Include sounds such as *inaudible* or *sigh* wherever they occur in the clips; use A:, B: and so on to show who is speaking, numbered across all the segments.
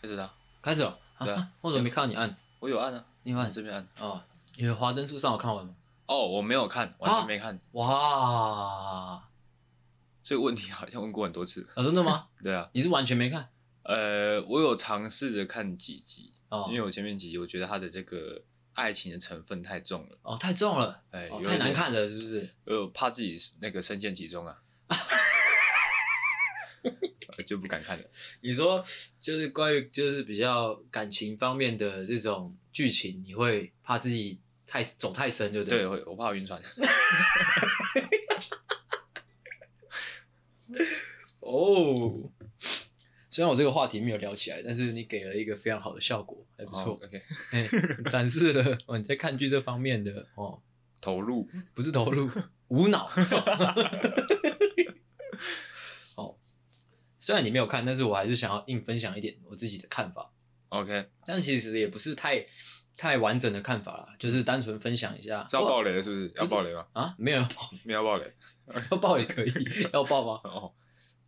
A: 开始了，
B: 开始了啊
A: 对啊
B: 啊！我怎么没看到你按？
A: 我有按啊，
B: 你有按
A: 你这边按。
B: 哦，你的华灯初上我看完吗？
A: 哦，我没有
B: 啊
A: 看，完全没看，
B: 哇
A: 这个问题好像问过很多次。 *laughs*
B: 啊，真的吗？ *laughs*
A: 对啊，
B: 你是完全没看
A: 呃，我有尝试着看几集，
B: 哦
A: 因为我前面几集我觉得它的这个爱情的成分太重了，
B: 哦，太重了，
A: 哎，
B: 哦
A: 有
B: 太难
A: 点，
B: 看了，是不是？
A: 呃，怕自己那个深陷其中
B: *laughs*
A: 啊，呃就不敢看了。
B: 你说就是关于就是比较感情方面的这种剧情，你会怕自己太走太深，对不
A: 对，
B: 对？
A: 我我怕我晕船。
B: 哦，虽然我这个话题没有聊起来，但是你给了一个非常好的效果，还 *laughs* 不错
A: 哦，，OK，
B: 哎 *laughs* 展示了哦你在看剧这方面的哦
A: 投入。
B: 不
A: *laughs*
B: 是投入，无脑。哦，虽然你没有看，但是我还是想要硬分享一点我自己的看法，
A: OK，
B: 但其实也不是太太完整的看法啦，就是单纯分享一下。哦
A: 是要爆雷了是不是？要爆雷吗？
B: 啊？没有要爆，
A: 没有要爆雷。
B: 要爆也可以，要爆吗？
A: 哦，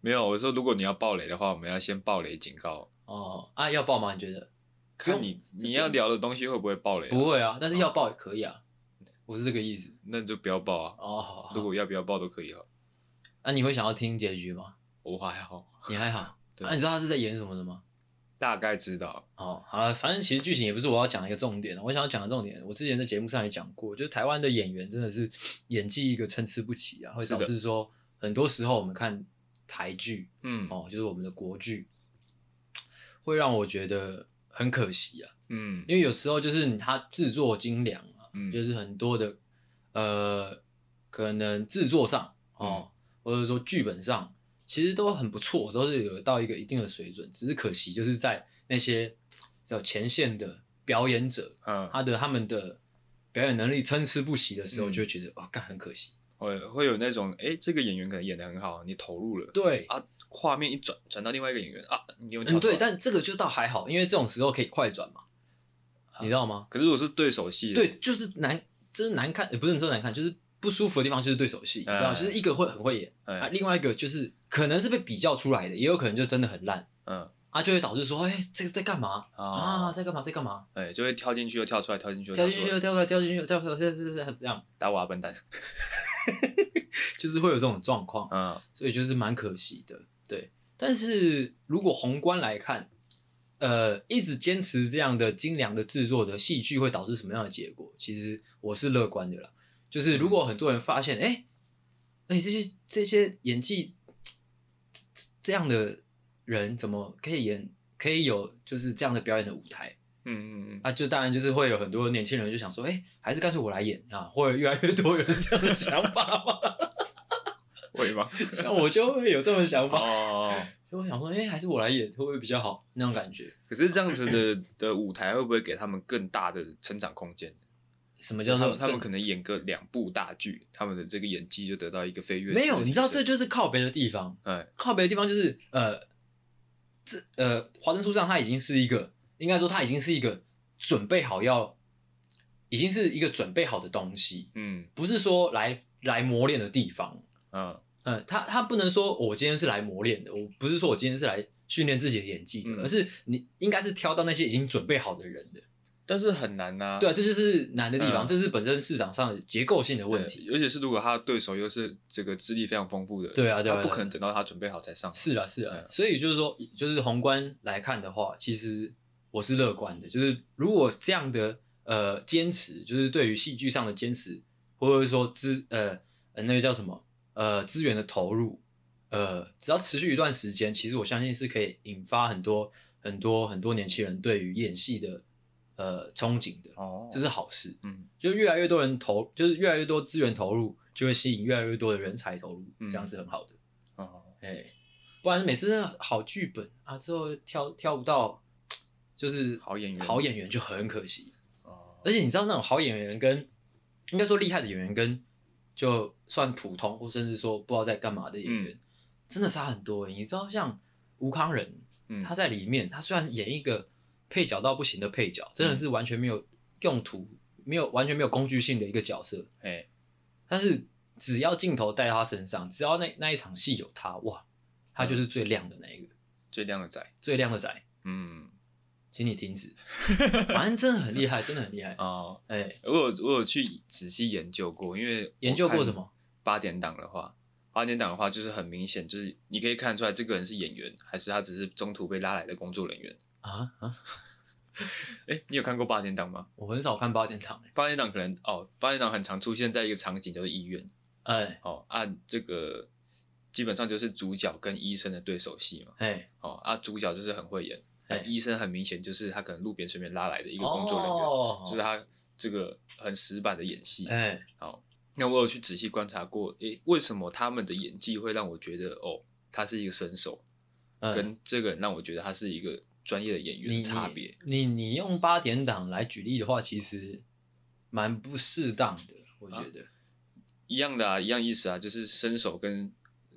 A: 没有，我说如果你要爆雷的话，我们要先爆雷警告，
B: 哦啊，要爆吗？你觉得？
A: 看你你要聊的东西会不会爆雷、
B: 不，会啊，但是要爆也可以啊，我是这个意思。
A: 那就不要爆啊。
B: 哦，好
A: 如
B: 好
A: 果要不要爆都可以哈，啊
B: 那、你会想要听结局吗？
A: 我还
B: *laughs*
A: 好，
B: 你
A: *laughs*
B: 还好？
A: 对
B: 啊、你知道他是在演什么的吗？
A: 大概知道。
B: 哦，好了，反正其实剧情也不是我要讲的一个重点了。我想要讲的重点，我之前在节目上也讲过，就是台湾的演员真的是演技一个参差不齐啊，会
A: 是的
B: 导致说很多时候我们看台剧
A: 嗯
B: 哦，就是我们的国剧，会让我觉得很可惜啊，
A: 嗯
B: 因为有时候就是你它制作精良啊，
A: 嗯
B: 就是很多的呃，可能制作上
A: 嗯
B: 哦，或者说剧本上，其实都很不错，都是有到一个一定的水准。只是可惜就是在那些叫前线的表演者，
A: 嗯，
B: 他的他们的表演能力参差不齐的时候，
A: 嗯
B: 就会觉得、哦，干很可惜。
A: 会会有那种，哎、这个演员可能演的很好，你投入了
B: 对，
A: 啊，画面一转转到另外一个演员啊，你又跳
B: 嗯
A: 出来
B: 对，但这个就倒还好，因为这种时候可以快转嘛，你知道吗？
A: 可是如果是对手戏，，
B: 对，就是难，就是难看，也呃不是说难看，就是不舒服的地方就是对手戏，你知道吗，
A: 哎
B: 就是一个会很会演
A: 哎
B: 啊，另外一个就是可能是被比较出来的，也有可能就真的很烂
A: 嗯
B: 啊，就会导致说，哎、这个在干嘛
A: 啊，
B: 啊？在干嘛？在干嘛？
A: 哎、就会跳进去又跳出来，跳进去又
B: 掉
A: 跳出
B: 进去
A: 来，
B: 又掉出来，掉进去又掉出来，掉掉掉掉这样， *laughs*
A: 打我啊笨蛋， *laughs*
B: 就是会有这种状况，
A: 嗯
B: 所以就是蛮可惜的，对。但是如果宏观来看，呃，一直坚持这样的精良的制作的戏剧会导致什么样的结果？其实我是乐观的啦。就是如果很多人发现，哎、哎、这些这些演技这这这样的人怎么可以演，可以有就是这样的表演的舞台
A: 嗯嗯
B: *laughs*
A: 嗯，
B: 啊？就当然就是会有很多年轻人就想说，哎、还是干脆我来演啊，或者越来越多有这样的想法 *laughs* 嘛。
A: 会吗？
B: 像我就会有这种想法，
A: 哦。
B: *laughs* 就会想说，哎、还是我来演会不会比较好？那种感觉。
A: 可是这样子的的舞台会不会给他们更大的成长空间？
B: 什么
A: 他
B: 叫做
A: 们他们可
B: 更
A: 能演个两部大剧，他们的这个演技就得到一个飞跃。
B: 没有？你知道这？就是靠北的地方，
A: 哎，
B: 靠北的地方就是呃，这呃，华灯初上它已经是一个，应该说它已经是一个准备好要，已经是一个准备好的东西，
A: 嗯
B: 不是说来来磨练的地方。
A: 嗯
B: 嗯，他他不能说我今天是来磨练的，我不是说我今天是来训练自己的演技的，
A: 嗯
B: 而是你应该是挑到那些已经准备好的人的。
A: 但是很难呐、
B: 对啊，这就是难的地
A: 嗯
B: 方，这是本身市场上的结构性的
A: 对，
B: 问题。
A: 尤其是如果他的对手又是这个资历非常丰富的，
B: 对啊对啊
A: 他
B: 对
A: 不
B: 啊
A: 可能等到他准备好才上。
B: 是啊，是啊
A: 嗯，
B: 所以就是说，就是宏观来看的话，其实我是乐观的。就是如果这样的呃坚持，就是对于戏剧上的坚持，或者说资呃呃那个叫什么呃资源的投入，呃，只要持续一段时间，其实我相信是可以引发很多很多很多年轻人对于演戏的呃憧憬的，
A: 哦
B: 这是好事。
A: 嗯
B: 就越来越多人投，就是越来越多资源投入，就会吸引越来越多的人才投入，
A: 嗯
B: 这样是很好的。
A: 哦，
B: 哎、不然每次那好剧本啊，之后挑挑不到，就是
A: 好演员
B: 好演员就很可惜。
A: 哦
B: 而且你知道那种好演员跟应该说厉害的演员跟就算普通或甚至说不知道在干嘛的演
A: 嗯
B: 员，真的差很多、欸。你知道像吴康仁，
A: 嗯
B: 他在里面，他虽然演一个配角到不行的配角，真
A: 嗯
B: 的是完全没有用途，没有完全没有工具性的一个角色，
A: 哎
B: 但是只要镜头带到他身上，只要那那一场戏有他，哇，他就是最亮的那一个，
A: 最靓的仔，
B: 最亮的仔。
A: 嗯
B: 请你
A: *laughs*
B: 停止。反正真的很厉害，真的很厉害。
A: 哦，
B: 哎、
A: 我有我有去仔细研究过，因为
B: 研究过什么？
A: 八点档的话，八点档的话就是很明显，就是你可以看出来这个人是演员，还是他只是中途被拉来的工作人员。
B: 啊啊！
A: 哎、你有看过八点档吗？
B: 我很少看八点档、欸，
A: 八点档可能哦，八点档很常出现在一个场景，就是医院
B: 哎
A: 哦啊，这个基本上就是主角跟医生的对手戏嘛
B: 哎，
A: 哦啊，主角就是很会演，那
B: 哎
A: 医生很明显就是他可能路边随便拉来的一个工作人员，就是
B: 哦，
A: 他这个很死板的演戏。
B: 哎、
A: 好，那我有去仔细观察过，诶、为什么他们的演技会让我觉得哦，他是一个身手，
B: 嗯
A: 跟这个人让我觉得他是一个专业的演员
B: 你
A: 的差别。
B: 你你你用八点档来举例的话，其实蛮不适当的，我觉得。
A: 一样的啊，一样意思啊，就是身手跟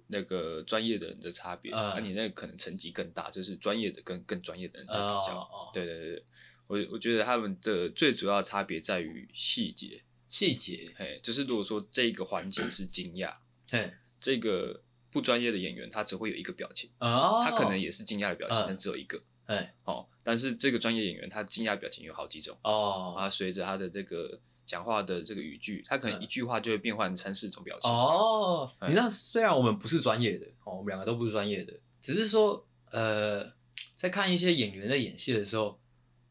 A: 那个专业的人的差别。
B: 嗯
A: 啊，你那个可能成绩更大，就是专业的跟更专业的人在
B: 哦
A: 比较。
B: 哦，
A: 啊对对对对，我我觉得他们的最主要的差别在于细节，
B: 细节，
A: 哎，就是如果说这个环节是惊讶，
B: 嘿，
A: 这个不专业的演员他只会有一个表情。
B: 哦，
A: 他可能，也是惊讶的表情，
B: 嗯
A: 但只有一个
B: 哎，
A: 哦。但是这个专业演员他惊讶表情有好几种，
B: 哦，
A: 啊，随着他的这个讲话的这个语句，他可能
B: 嗯
A: 一句话就会变换三四种表情。
B: 哦，
A: 哎
B: 你知道，虽然我们不是专业的，哦，我们两个都不是专业的，只是说，呃，在看一些演员在演戏的时候，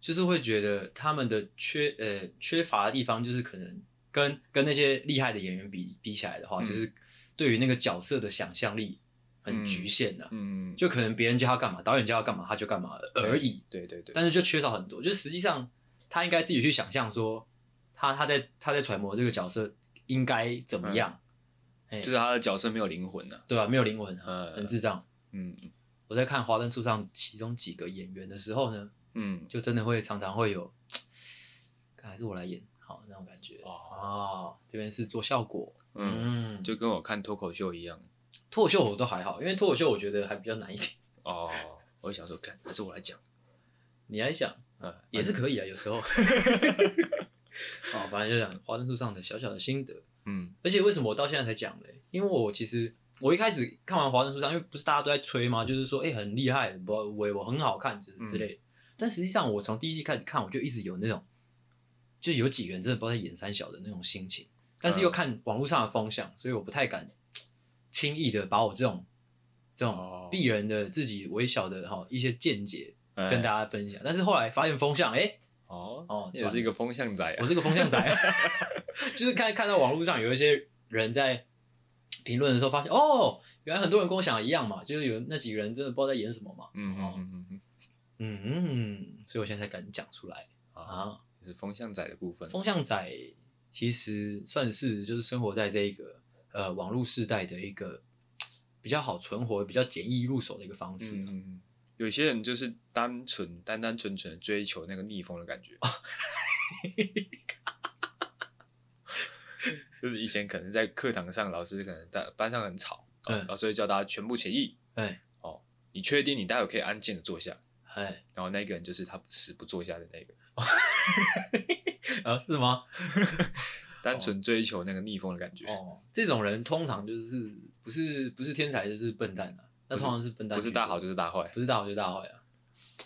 B: 就是会觉得他们的缺呃缺乏的地方，就是可能跟跟那些厉害的演员比比起来的话，
A: 嗯
B: 就是对于那个角色的想象力很
A: 嗯
B: 局限的、
A: 嗯，
B: 就可能别人叫他干嘛，导演叫他干嘛，他就干嘛了而已。
A: 对对对，
B: 但是就缺少很多。就是实际上他应该自己去想象说，他他在他在揣摩这个角色应该
A: 嗯
B: 怎么样，哎、
A: 就是他的角色没有灵魂了。
B: 对啊吧、没有灵魂，
A: 嗯
B: 很智障。
A: 嗯
B: 我在看《华灯初上》其中几个演员的时候呢，
A: 嗯，
B: 就真的会常常会有，看还是我来演好那种感觉。哦，这边是做效果，
A: 嗯，
B: 嗯，就
A: 就跟我看脱口秀一样。
B: 脱口秀我都还好，因为脱口秀我觉得还比较难一点。 *laughs*
A: 哦，我就想说，看还是我来讲。
B: 你来想，
A: 嗯，
B: 也是可以啊，有 *laughs* 时候。哦，反正就讲《华灯初上》的小小的心得。
A: 嗯
B: 而且为什么我到现在才讲嘞？因为我其实我一开始看完《华灯初上》，因为不是大家都在吹吗？就是说，哎、很厉害，不，我我很好看之
A: 嗯
B: 之类的。但实际上，我从第一季开始看，我就一直有那种，就有几个人真的不知道在演三小的那种心情。但
A: 嗯
B: 是又看网络上的风向，所以我不太敢轻易的把我这种这种
A: 哦
B: 鄙人的自己微小的哈一些见解
A: 哎
B: 跟大家分享。但是后来发现风向，哎、
A: 哦
B: 哦
A: 也是一个风向仔
B: 我
A: 啊。
B: 是个风向仔， *laughs* 就是看看到网络上有一些人在评论的时候，发现哦，原来很多人跟我想的一样嘛，就是有那几个人真的不知道在演什么嘛。
A: 嗯嗯嗯嗯
B: 嗯嗯，所以我现在才敢讲出来
A: 嗯啊，
B: 啊。
A: 也是风向仔的部分。
B: 风向仔其实算是就是生活在这一个呃网络时代的一个比较好存活、比较简易入手的一个方式。
A: 嗯嗯嗯，有些人就是单纯、单单纯纯地追求那个逆风的感
B: 哦
A: 觉。 *laughs* 就是以前可能在课堂上，老师可能在班上很吵，哦
B: 嗯
A: 老师会叫大家全部协议。
B: 哎
A: 哦，你确定你待会可以安静的坐下？
B: 哎
A: 然后那个人就是他死不坐下的那个，
B: *laughs* 啊，是吗？
A: 单纯追求那个逆风的感觉，
B: 哦，这种人通常就是不是不是天才就是笨蛋啊，那
A: 不是
B: 通常是笨蛋
A: 不
B: 居多，
A: 是大好就是大坏。
B: 不是大好就是大坏啊。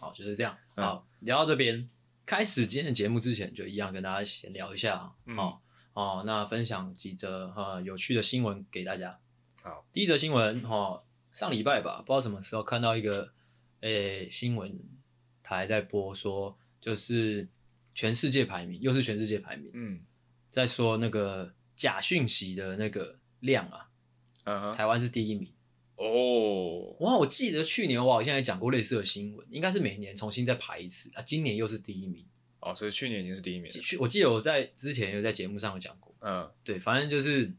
B: 好，就是这样。
A: 嗯
B: 好，聊到这边，开始今天的节目之前，就一样跟大家闲聊一下啊
A: 嗯
B: 哦哦，那分享几则呃有趣的新闻给大家。
A: 好，
B: 第一则新闻
A: 嗯
B: 哦，上礼拜吧，不知道什么时候看到一个诶、新闻台在播说，就是全世界排名，又是全世界排名，
A: 嗯
B: 在说那个假讯息的那个量啊，
A: 嗯哼，
B: 台湾是第一名。
A: 哦，
B: 哇，我记得去年我好像也讲过类似的新闻，应该是每年重新再排一次啊，今年又是第一名。
A: 哦，所以去年已经是第一名了。
B: 去我记得我在之前有在节目上有讲过，
A: 嗯
B: 对，反正就是，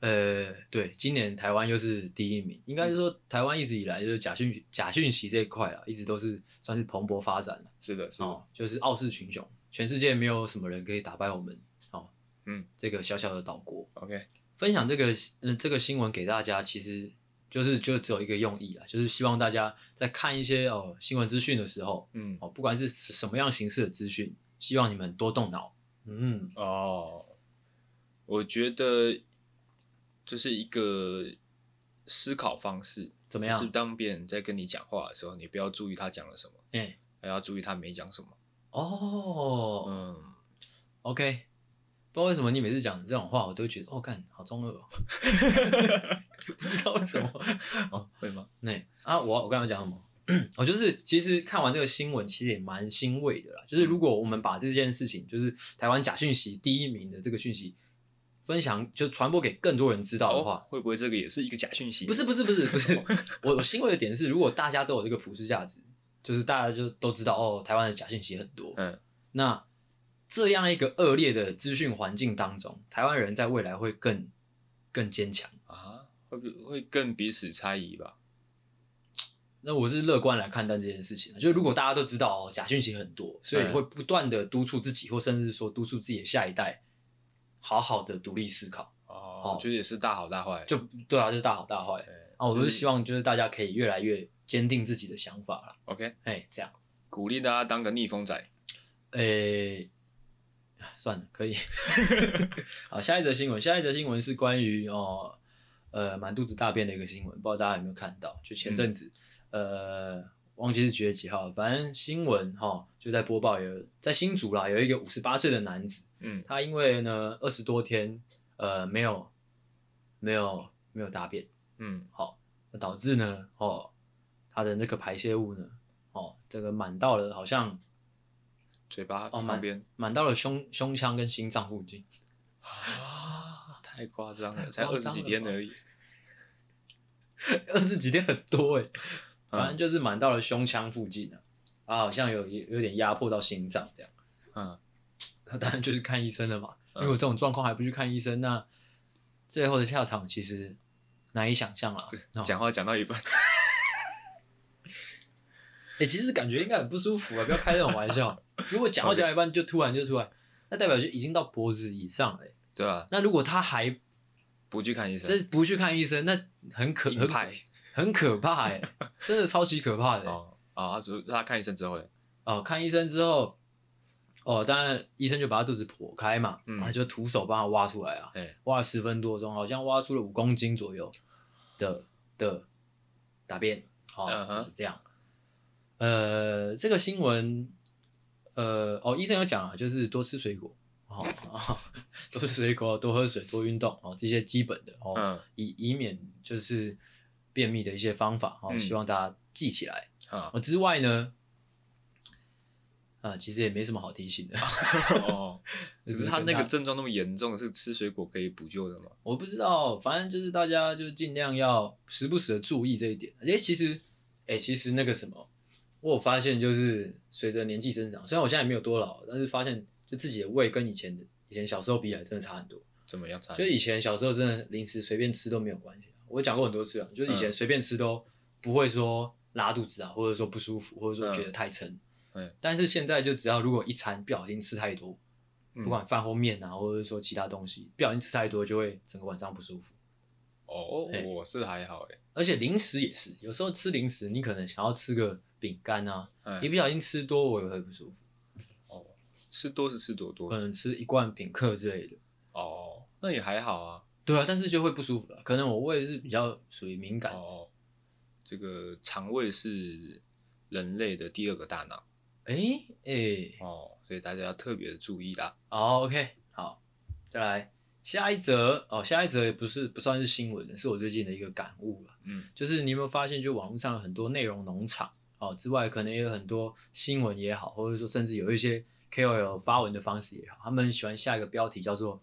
B: 呃，对，今年台湾又是第一名，应该是说台湾一直以来就是假讯假讯息这一块啊，一直都是算是蓬勃发展的
A: 是的，是的，
B: 哦，就是傲视群雄，全世界没有什么人可以打败我们哦，
A: 嗯，
B: 这个小小的岛国，
A: OK，
B: 分享这个嗯这个新闻给大家，其实就是就只有一个用意啊，就是希望大家在看一些哦新闻资讯的时候，
A: 嗯，
B: 哦不管是什么样形式的资讯，希望你们多动脑。嗯，
A: 哦，我觉得就是一个思考方式，
B: 怎么
A: 就是
B: 样？
A: 当别人在跟你讲话的时候，你不要注意他讲了什么，
B: 哎、
A: 还要注意他没讲什么。
B: 哦、
A: 嗯，
B: o k 不知道为什么你每次讲这种话，我都觉得哦，干好中二、哦， *laughs* 不知道为什么。
A: 会吗？
B: 那、啊，我我刚刚讲什么？ *clears throat* 我就是其实看完这个新闻，其实也蛮欣慰的啦。
A: 嗯
B: 就是如果我们把这件事情，就是台湾假讯息第一名的这个讯息分享，就传播给更多人知道的话，
A: 哦，会哦不会这个也是一个假讯息？
B: 不是不是不是不是， *laughs* 我我欣慰的点是，如果大家都有这个普世价值，就是大家就都知道哦，台湾的假讯息很多。
A: 嗯，
B: 那这样一个恶劣的资讯环境当中，台湾人在未来会更更坚强。
A: 啊，会不会更彼此猜疑吧？
B: 那我是乐观来看待这件事情的，啊就是如果大家都知道哦，假讯息很多，所以
A: 嗯
B: 会不断的督促自己，或甚至说督促自己的下一代，好好的独立思考。
A: 哦我觉得也是大好大坏。
B: 就对啊，就是大好大坏
A: 嗯
B: 啊！我都
A: 就是是
B: 希望就是大家可以越来越坚定自己的想法啦。
A: OK，
B: 哎，这样。
A: 鼓励大家当个逆风仔。
B: 诶、算了，可以。 *laughs* 好，下一则新闻，下一则新闻是关于哦，呃，满肚子大便的一个新闻，不知道大家有没有看到？就前阵子，呃，忘记是几月几号了，反正新闻哈、哦、就在播报有在新竹啦，有一个五十八岁的男子，
A: 嗯，
B: 他因为呢二十多天呃没有没有没有大便，
A: 嗯，
B: 好、导致呢，哦，他的那个排泄物呢，哦，这个满到了好像
A: 嘴巴
B: 哦
A: 旁边
B: 满到了胸胸腔跟心脏附近。 *laughs*
A: 啊，太夸张了，
B: 太
A: 才
B: 夸
A: 二十
B: 张
A: 几
B: 了
A: 天
B: 吧
A: 而已。
B: 二十几天很多哎、
A: 嗯
B: 反正就是满到了胸腔附近啊，啊，好像有有点压迫到心脏这样。
A: 嗯，
B: 那当然就是看医生了嘛，因
A: 嗯
B: 为我这种状况还不去看医生，那最后的下场其实难以想象了。
A: *laughs*
B: 哦
A: 讲话讲到一半， *laughs*
B: 哎、其实感觉应该很不舒服啊，不要开这种玩笑。如果讲到讲到一半就突然就出来，那代表就已经到脖子以上了欸、
A: 对吧？
B: 那如果他还
A: 不去看医生，
B: 这不去看医生，那很可
A: 硬
B: 很
A: 派
B: 可很可怕哎、真的超级可怕的欸、
A: 哦哦，他说他看医生之后嘞，
B: 哦，看医生之后，哦，当然医生就把他肚子剖开嘛，
A: 嗯
B: 然后就徒手帮他挖出来啊，
A: 哎，
B: 挖了十分多钟，好像挖出了五公斤左右的的大便，哦
A: 嗯哼
B: 就是这样。呃，这个新闻，呃，哦，医生有讲啊，就是多吃水果，哦， *laughs* 哦多吃水果，多喝水，多运动，哦，这些基本的哦，
A: 嗯，
B: 以以免就是便秘的一些方法，哦，
A: 嗯
B: 希望大家记起来。
A: 啊，
B: 哦，之外呢，啊，其实也没什么好提醒的。
A: *laughs* 哦，可
B: *laughs* 就是
A: 是他
B: 跟
A: 那
B: 大
A: 个
B: 家
A: 症状那么严重，是吃水果可以补救的吗？
B: 我不知道，反正就是大家就尽量要时不时的注意这一点。诶、其实，诶、其实那个什么，我有发现就是随着年纪增长，虽然我现在也没有多老，但是发现就自己的胃跟以前的以前小时候比起来真的差很多。
A: 怎么样才？
B: 就以前小时候真的零食随便吃都没有关系啊，我讲过很多次啊，就是以前
A: 嗯
B: 随便吃都不会说拉肚子啊，或者说不舒服，或者说觉得太撑。
A: 嗯对
B: 但是现在就只要如果一餐不小心吃太多，
A: 嗯
B: 不管饭后面啊，或者说其他东西，不小心吃太多就会整个晚上不舒服。
A: 哦
B: 哎，
A: 我是还好哎
B: 而且零食也是，有时候吃零食，你可能想要吃个饼干啊，，一
A: 哎，
B: 不小心吃多，我也会不舒服。
A: 哦，吃多是吃多多
B: 可能吃一罐品客之类的，
A: 哦，那也还好啊。
B: 对啊，但是就会不舒服了。可能我胃是比较属于敏感的，
A: 哦，这个肠胃是人类的第二个大脑
B: 诶诶。
A: 哦，所以大家要特别的注意啦。
B: 好、o k 好，再来下一则哦，下一则也不是不算是新闻，是我最近的一个感悟了。
A: 嗯，
B: 就是你有没有发现，就网络上有很多内容农场哦之外，可能也有很多新闻也好，或者说甚至有一些 KOL 发文的方式也好，他们很喜欢下一个标题叫做，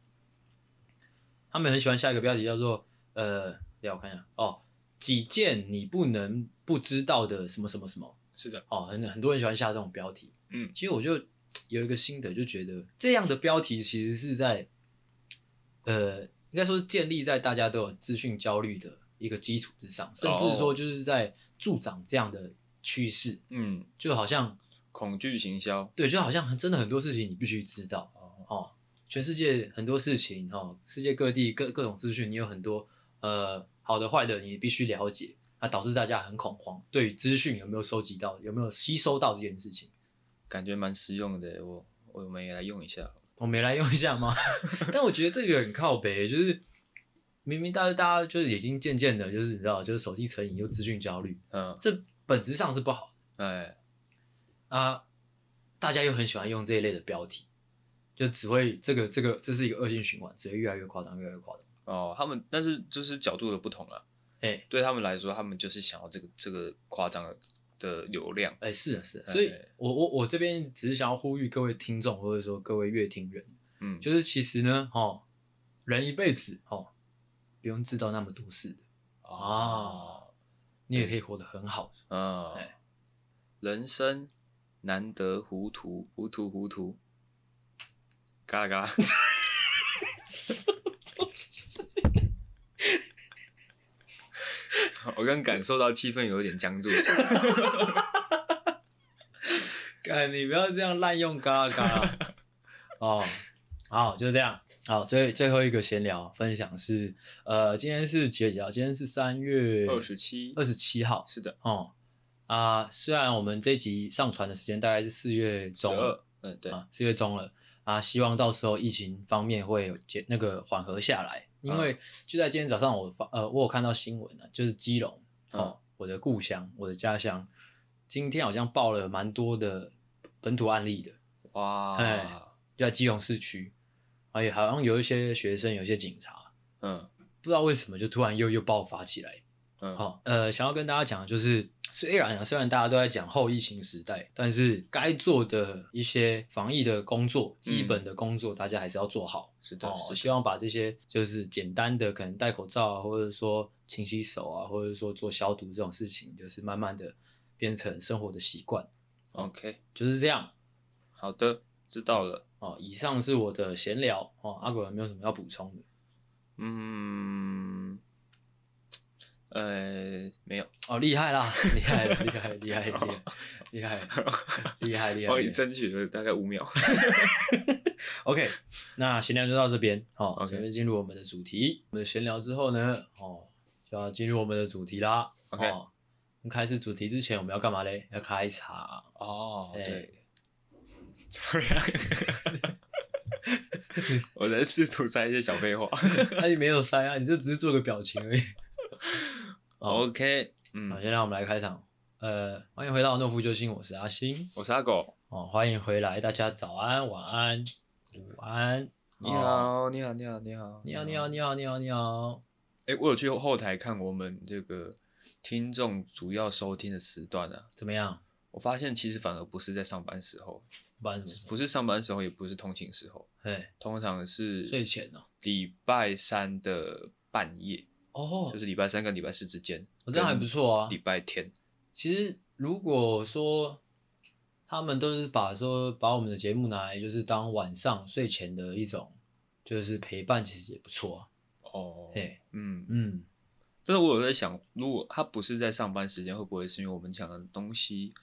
B: 他们很喜欢下一个标题叫做呃，让我看一下哦，几件你不能不知道的什么什么什么。
A: 是的，
B: 哦，很很多人喜欢下这种标题。
A: 嗯
B: 其实我就有一个心得，就觉得这样的标题其实是在，呃，应该说是建立在大家都有资讯焦虑的一个基础之上，甚至
A: 哦
B: 说就是在助长这样的趋势，
A: 嗯，
B: 就好像
A: 恐惧行销，
B: 对，就好像真的很多事情你必须知道
A: 哦，
B: 哦，全世界很多事情哦，世界各地各各种资讯，你有很多呃好的坏的，你必须了解，那导致大家很恐慌，对于资讯有没有收集到，有没有吸收到这件事情。
A: 感觉蛮实用的，我我们也来用一下。
B: 我没来用一下吗？ *laughs* 但我觉得这个很靠北，就是明明大家大家就是已经渐渐的，就是你知道，就是手机成瘾又资讯焦虑，
A: 嗯，
B: 这本质上是不好。
A: 哎，
B: 啊，大家又很喜欢用这一类的标题，就只会这个这个这是一个恶性循环，只会越来越夸张，越来越夸张。
A: 哦，他们但是就是角度的不同了，
B: 哎、
A: 对他们来说，他们就是想要这个这个夸张的的流量。
B: 哎、是啊是啊，
A: 哎
B: 所以我我我这边只是想要呼吁各位听众，或者说各位乐听人，
A: 嗯，
B: 就是其实呢，哦，人一辈子哦，不用知道那么多事的哦
A: 啊，
B: 你也可以活得很好。
A: 嗯
B: 哎，
A: 人生难得糊涂，糊涂糊涂，嘎啦嘎啦。 *laughs* 我刚感受到气氛有一点僵住，
B: 干，你不要这样滥用嘎啦嘎啦。 *laughs* 哦，好，就这样。好，最最后一个闲聊分享是，呃，今天是几月几号？今天是三月
A: 二十七，
B: 二十七号。
A: 是的，
B: 哦，啊，虽然我们这集上传的时间大概是四月
A: 十
B: 中
A: 二，嗯，对，
B: 啊，四月中了啊，希望到时候疫情方面会有解那个缓和下来，因为就在今天早上我发呃，我有看到新闻啊，就是基隆哦，我的故乡，我的家乡，今天好像报了蛮多的本土案例的，哎
A: 哇，
B: 就在基隆市区，而且好像有一些学生，有一些警察，
A: 嗯
B: 不知道为什么就突然又又爆发起来，
A: 嗯，
B: 好、呃，想要跟大家讲的就是，虽然啊，虽然大家都在讲后疫情时代，但是该做的一些防疫的工作、基本的工作，大家还是要做好。
A: 是的，
B: 哦，
A: 嗯是
B: 希
A: 的，
B: 望把这些就是简单的，可能戴口罩啊，或者说勤洗手啊，或者说做消毒这种事情，就是慢慢的变成生活的习惯，
A: ，OK，
B: 就是这样。
A: 好的，知道了。
B: 哦，以上是我的闲聊。哦，阿狗有没有什么要补充的？
A: 嗯，呃，没有，
B: 哦，厉害啦，厉害了，厉害了，厉害了，厉害了，厉害了，厉害了，厉害
A: 我
B: 了
A: 也。争取了大概五秒。
B: OK，那闲聊就到这边哦。
A: OK
B: 准备进入我们的主题。我们闲聊之后呢，哦，就要进入我们的主题啦。
A: OK
B: 哦开始主题之前，我们要干嘛嘞？要开场。
A: *laughs* 哦
B: 哎，
A: 怎么样？ *laughs* 我在试图塞一些小废话。
B: *laughs* 那、你没有塞啊，你就只是做个表情而已。 *laughs* 哦
A: OK，
B: 好，
A: 嗯，
B: 现在让我们来开场。呃，欢迎回到诺夫救星，我是阿星。
A: 我是阿狗。
B: 哦，欢迎回来，大家早安、晚安、午安。
A: 你
B: 哦，
A: 好，你好，你好，你好，
B: 你好，你好，。你好，你好，你好。
A: 哎，我有去后台看我们这个听众主要收听的时段啊，
B: 怎么样？
A: 我发现其实反而不是在上班时候，
B: 不然什么事？
A: 不是上班时候，也不是通勤时候，
B: 哎，
A: 通常是
B: 睡前哦。
A: 礼拜三的半夜，
B: 哦
A: 就，是礼拜三跟礼拜四之间，
B: 我这样还不错啊
A: 跟。礼拜天，
B: 其实如果说他们都是把说把我们的节目拿来就是当晚上睡前的一种就是陪伴，其实也不错啊。
A: 哦
B: 嘿，
A: 嗯，
B: 嗯，
A: 但是我有在想，如果他不是在上班时间，会不会是因为我们讲的东西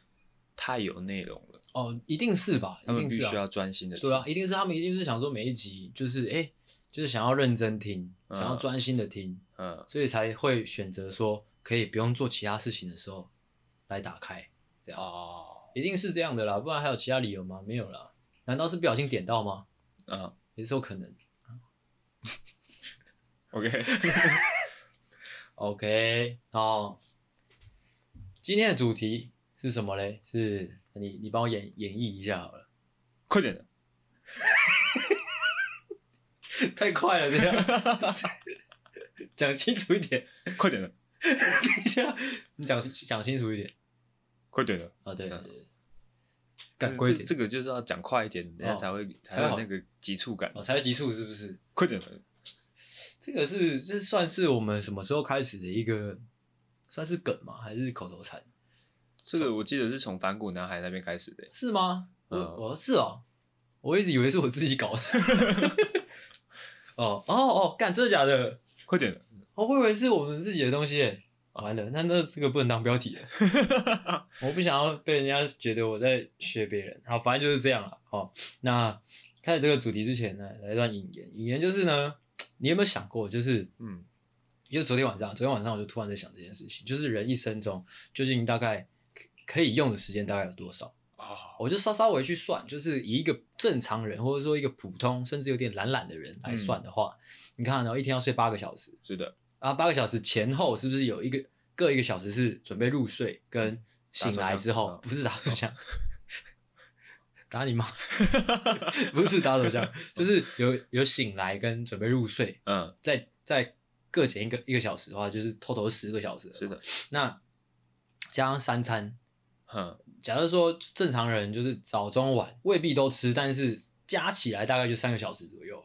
A: 太有内容了，
B: 哦，一定是吧，
A: 他
B: 一
A: 们
B: 定
A: 必
B: 是
A: 须要
B: 啊，
A: 专心的
B: 对啊，，一定是他们一定是想说每一集就是哎、诶就是想要认真听，
A: 嗯
B: 想要专心的听，
A: 嗯，
B: 所以才会选择说可以不用做其他事情的时候来打开，
A: 哦，
B: 一定是这样的啦，不然还有其他理由吗？没有啦，难道是不小心点到吗？
A: 嗯
B: 也是有可能。
A: ，OK， *laughs*
B: OK，哦，今天的主题是什么嘞？是你你帮我演演绎一下好了。
A: 快点，
B: *laughs* 太快了，这样 *laughs* 讲清楚一点。
A: 快点，
B: 等一下，你讲讲清楚一点
A: 快点了，
B: 啊、对对
A: 嗯
B: 对，赶快一点，哦
A: 这个就是要讲快一点，人家才会才
B: 才
A: 有
B: 好
A: 那个急促感
B: 哦，。才会急速是不是？
A: 快点了，
B: 这个是这算是我们什么时候开始的一个算是梗吗？还是口头禅？
A: 这个我记得是从反骨男孩那边开始的，
B: 是吗？我、
A: 嗯
B: 我是哦，我一直以为是我自己 *laughs* 搞的。哦哦哦，干真的假的？
A: 快点了，
B: 哦，我以为是我们自己的东西耶。完了，那那这个不能当标题耶，我不想要被人家觉得我在学别人。好，反正就是这样了。哦，那开始这个主题之前呢，来一段引言。引言就是呢，你有没有想过，就是
A: 嗯
B: 因为昨天晚上，昨天晚上我就突然在想这件事情，就是人一生中究竟大概可可以用的时间大概有多少？
A: 啊，
B: 我就稍稍微去算，就是以一个正常人，或者说一个普通，甚至有点懒懒的人来算的话，你看、哦，一天要睡八个小时，
A: 是的，
B: 啊，八个小时前后是不是有一个各一个小时是准备入睡跟醒来之后
A: 打手枪， *laughs*
B: 不是打手枪，打你妈， *laughs* *laughs* 不是
A: *laughs*
B: 打手枪，就是有有醒来跟准备入睡，
A: 嗯，
B: 再再各减一个一个小时的话，就是偷偷十个小时了嘛。
A: 是的，
B: 那加上三餐，
A: 嗯，
B: 假如说正常人就是早中晚未必都吃，但是加起来大概就三个小时左右。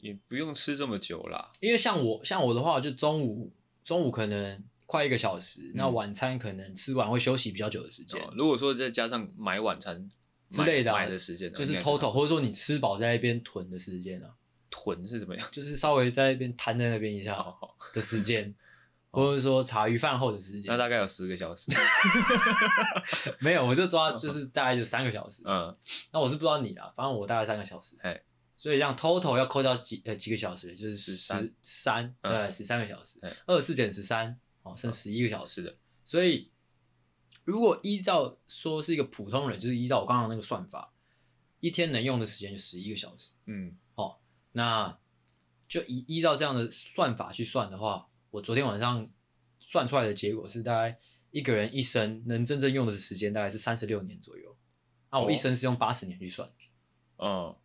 A: 也不用吃这么久啦。
B: 因为像我像我的话，就中午中午可能快一个小时，那晚餐可能吃完会休息比较久的时间，
A: 嗯哦如果说再加上买晚餐
B: 之类的啊
A: 买买的时间呢，
B: 就
A: 应
B: 是
A: 该
B: 偷偷或者说你吃饱在那边囤的时间啊，
A: 囤是怎么
B: *laughs*
A: 样？
B: 就是稍微在那边瘫在那边一下
A: 好好，
B: 的时间，或者说茶余饭后的时间
A: 哦那。大概有十个小时。
B: 没有，我就抓就是大概就三个小时。 *laughs*
A: 嗯，
B: 那我是不知道你啦，反正我大概三个小时。
A: 哎，
B: 所以这样 total 要扣掉几呃几个小时，就是
A: 13
B: 十三
A: 嗯
B: 对十三个小时
A: 哎，
B: 二十四减十三哦，剩十一个小时。
A: 是的，
B: 所以如果依照说是一个普通人，就是依照我刚刚那个算法，一天能用的时间就十一个小时。
A: 嗯，
B: 那就依依照这样的算法去算的话，我昨天晚上算出来的结果是，大概一个人一生能真正用的时间大概是三十六年左右。那我一生是用八十年去算，
A: 哦，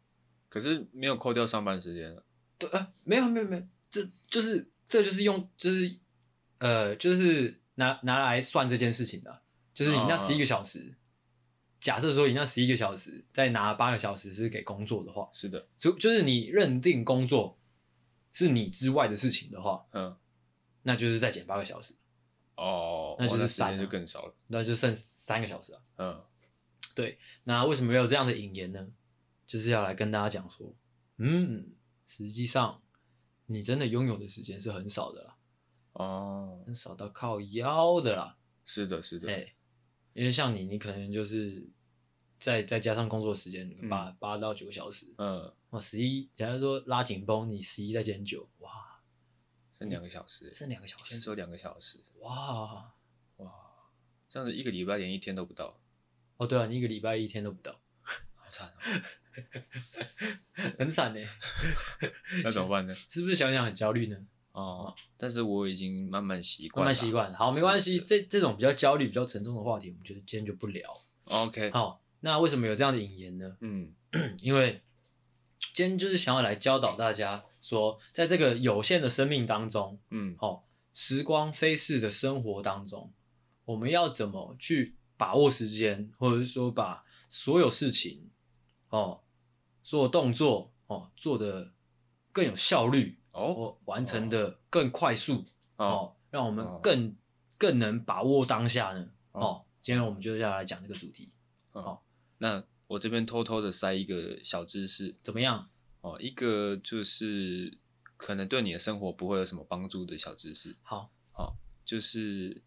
A: 可是没有扣掉上班时间了。
B: 对，呃，没有没有没有，这就是这就是用就是呃就是拿拿来算这件事情的啊，就是你那
A: 嗯嗯
B: 十一个小时，假设说你那十一个小时再拿八个小时是给工作的话，
A: 是的，
B: 就就是你认定工作是你之外的事情的话，
A: 嗯，
B: 那就是再减八个小时，
A: 哦，
B: 那就是
A: 哇时
B: 散
A: 间
B: 啊
A: 就更少了。
B: 那就剩三个小时啊。
A: 嗯，
B: 那为什么有这样的引言呢？就是要来跟大家讲说，嗯，实际上你真的拥有的时间是很少的啦。
A: 哦，
B: 很少到靠腰的啦。
A: 是的，是的
B: 哎、，因为像你，你可能就是再再加上工作时间
A: 嗯
B: 八八到九个小时，
A: 嗯，
B: 哇，十一，假如说拉紧绷，你十一再减九，哇，
A: 剩两个小时，
B: 剩两个小
A: 一天只
B: 时，
A: 有两个小时，
B: 哇，
A: 哇，这样子一个礼拜连一天都不到，
B: 哦对啊，你一个礼拜一天都不到，
A: 好惨哦。
B: *laughs* 很惨呢，
A: 那怎么办呢？
B: *laughs* 是不是想想很焦虑 *laughs* 呢？
A: 哦，但是我已经慢慢习惯，
B: 慢慢习。惯，好，没关系，这这种比较焦虑、比较沉重的话题，我们觉得今天就不聊。
A: OK，
B: 好，那为什么有这样的引言呢？
A: 嗯，
B: 因为今天就是想要来教导大家说，在这个有限的生命当中，
A: 嗯，
B: 哦，时光飞逝的生活当中，我们要怎么去把握时间，或者是说把所有事情，哦，所有动作，哦，做的更有效率，
A: 哦，
B: 哦，完成的更快速，
A: 哦，
B: 哦，让我们
A: 哦
B: 更、更能把握当下呢？
A: 哦
B: 哦，今天我们就要来讲这个主题，
A: 那我这边偷偷的塞一个小知识
B: 怎么样？
A: 哦，一个就是可能对你的生活不会有什么帮助的小知识，
B: 好，
A: 就是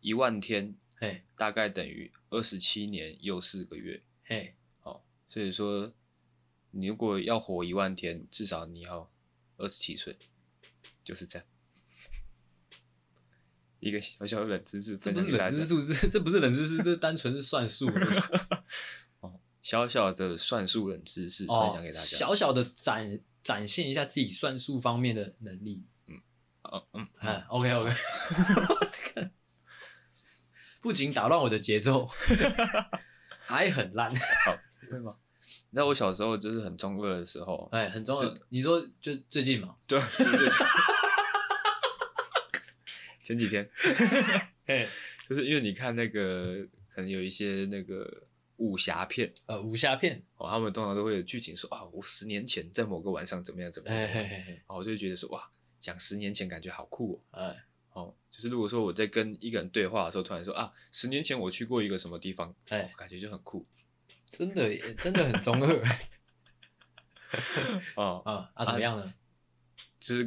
A: 一万天
B: 嘿，
A: 大概等于二十七年又四个月，
B: 嘿，
A: 所以说你如果要活一万天，至少你要二十七岁，就是这样。一个小小的冷知识
B: 这
A: 分
B: 不
A: 享
B: 是
A: 给大
B: 冷
A: 家
B: 知，识，这这不是 *laughs* 冷知识，这单纯是算术。
A: 小小的算术冷知识分享给大
B: 哦、
A: 家。
B: 小小的展展现一下自己算术方面的能力。
A: 哦，嗯
B: 哎、o k *laughs* OK，不仅打乱我的节 *laughs* 奏，还很烂。
A: 会吗？你知道我小时候就是很中二的时候， *laughs*
B: 哎，很重要。你说就最近嘛？
A: 对，就是前几天，
B: 哎，
A: 就是因为你看那个，可能有一些那个武侠片
B: 呃，武侠片。
A: 哦，他们通常都会有剧情说啊，我十年前在某个晚上怎么样怎么样
B: 哎
A: 怎么样，
B: 嘿嘿嘿，
A: 然后我就会觉得说哇，讲十年前感觉好酷哦。
B: 哎
A: 哦，就是如果说我在跟一个人对话的时候，突然说啊，十年前我去过一个什么地方，
B: 哎
A: 感觉就很酷
B: 真的耶真的很中二
A: 哦。
B: *laughs* 啊啊！怎么样呢？
A: 就是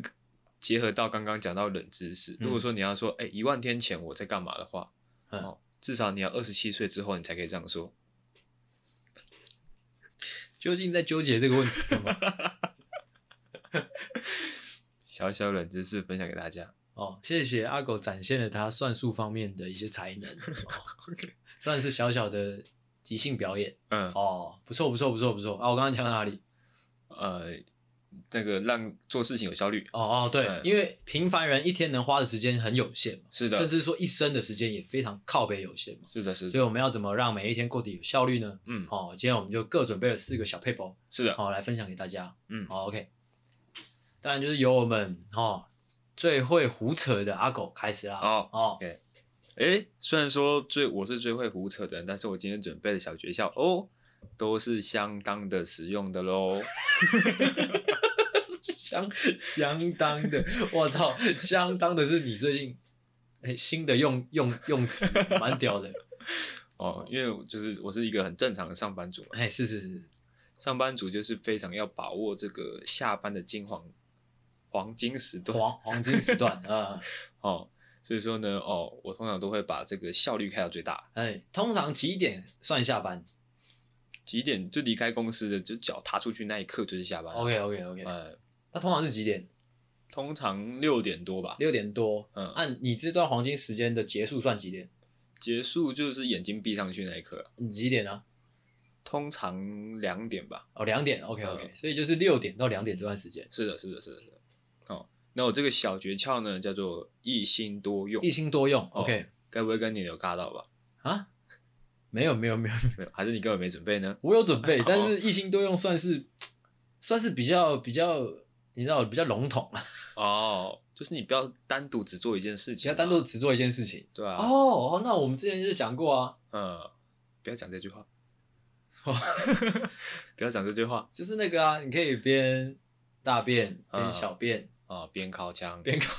A: 结合到刚刚讲到冷知识，如果说你要说，哎、一万天前我在干嘛的话，
B: 嗯
A: 哦，至少你要二十七岁之后你才可以这样说。
B: 究竟在纠结这个问题干嘛？
A: 小小冷知识分享给大家。
B: *laughs* 哦，谢谢阿狗展现了他算术方面的一些才 *laughs* 能，哦、
A: OK，
B: 算是小小的即兴表演。
A: 嗯
B: 哦，不错不错不错不错啊！我刚刚讲到哪里？
A: 呃，那个让做事情有效率。
B: 哦哦，对，
A: 嗯
B: 因为平凡人一天能花的时间很有限嘛，
A: 是的
B: 甚至说一生的时间也非常靠背有限嘛，
A: 是的，是
B: 所以
A: 的，
B: 我们要怎么让每一天过得有效率呢？
A: 嗯，
B: 哦，今天我们就各准备了四个小 paper，
A: 是的，
B: 好、来分享给大家。
A: 嗯
B: 好、o k 当然就是由我们哦最会胡扯的阿狗开始啦。
A: 哦
B: 哦，
A: 诶，虽然说最我是最会胡扯的人，但是我今天准备的小诀窍哦，都是相当的实用的喽。
B: 相相当的，我操，相当的是你最近哎新的用用用词，蛮屌的。
A: 哦，因为我就是我是一个很正常的上班族嘛，
B: 哎，是是是，
A: 上班族就是非常要把握这个下班的金黄黄金时段
B: 黄黄金时段
A: *laughs*
B: 啊。
A: 哦。所以说呢，哦，我通常都会把这个效率开到最大，
B: 哎，通常几点算下班
A: 几点就离开公司的，就脚踏出去那一刻就是下班了。
B: ？OK OK OK，
A: 呃，
B: 啊那通常是几点？
A: 通常六点多吧，
B: 六点多。
A: 嗯
B: 按你这段黄金时间的结束算几点？
A: 结束就是眼睛闭上去那一刻，
B: 你几点啊？
A: 通常两点吧。
B: 哦，两点。OK OK，、
A: 嗯
B: 所以就是六点到两点这段时间，
A: 是的，是的，是的，是的。哦，那我这个小诀窍呢，叫做一心多用
B: 一，心多用。OK、
A: 哦该不会跟你有尬到吧？
B: 啊？没有没有 *laughs* 没有，
A: 没有，还是你根本没准备呢？
B: 我有准备
A: 好，
B: 但是一心多用算是算是比较比较，你知道比较笼统啊，
A: 哦，就是你不要单独只做一件事
B: 其
A: 情嘛，
B: 他单独只做一件事情。
A: 对啊，
B: 哦哦，那我们之前就讲过啊，
A: 嗯，不要讲这句话，哦 *laughs* 不要讲这句话
B: 就是那个啊，你可以边大便边
A: 嗯
B: 小便，
A: 啊，边靠枪，
B: 边靠。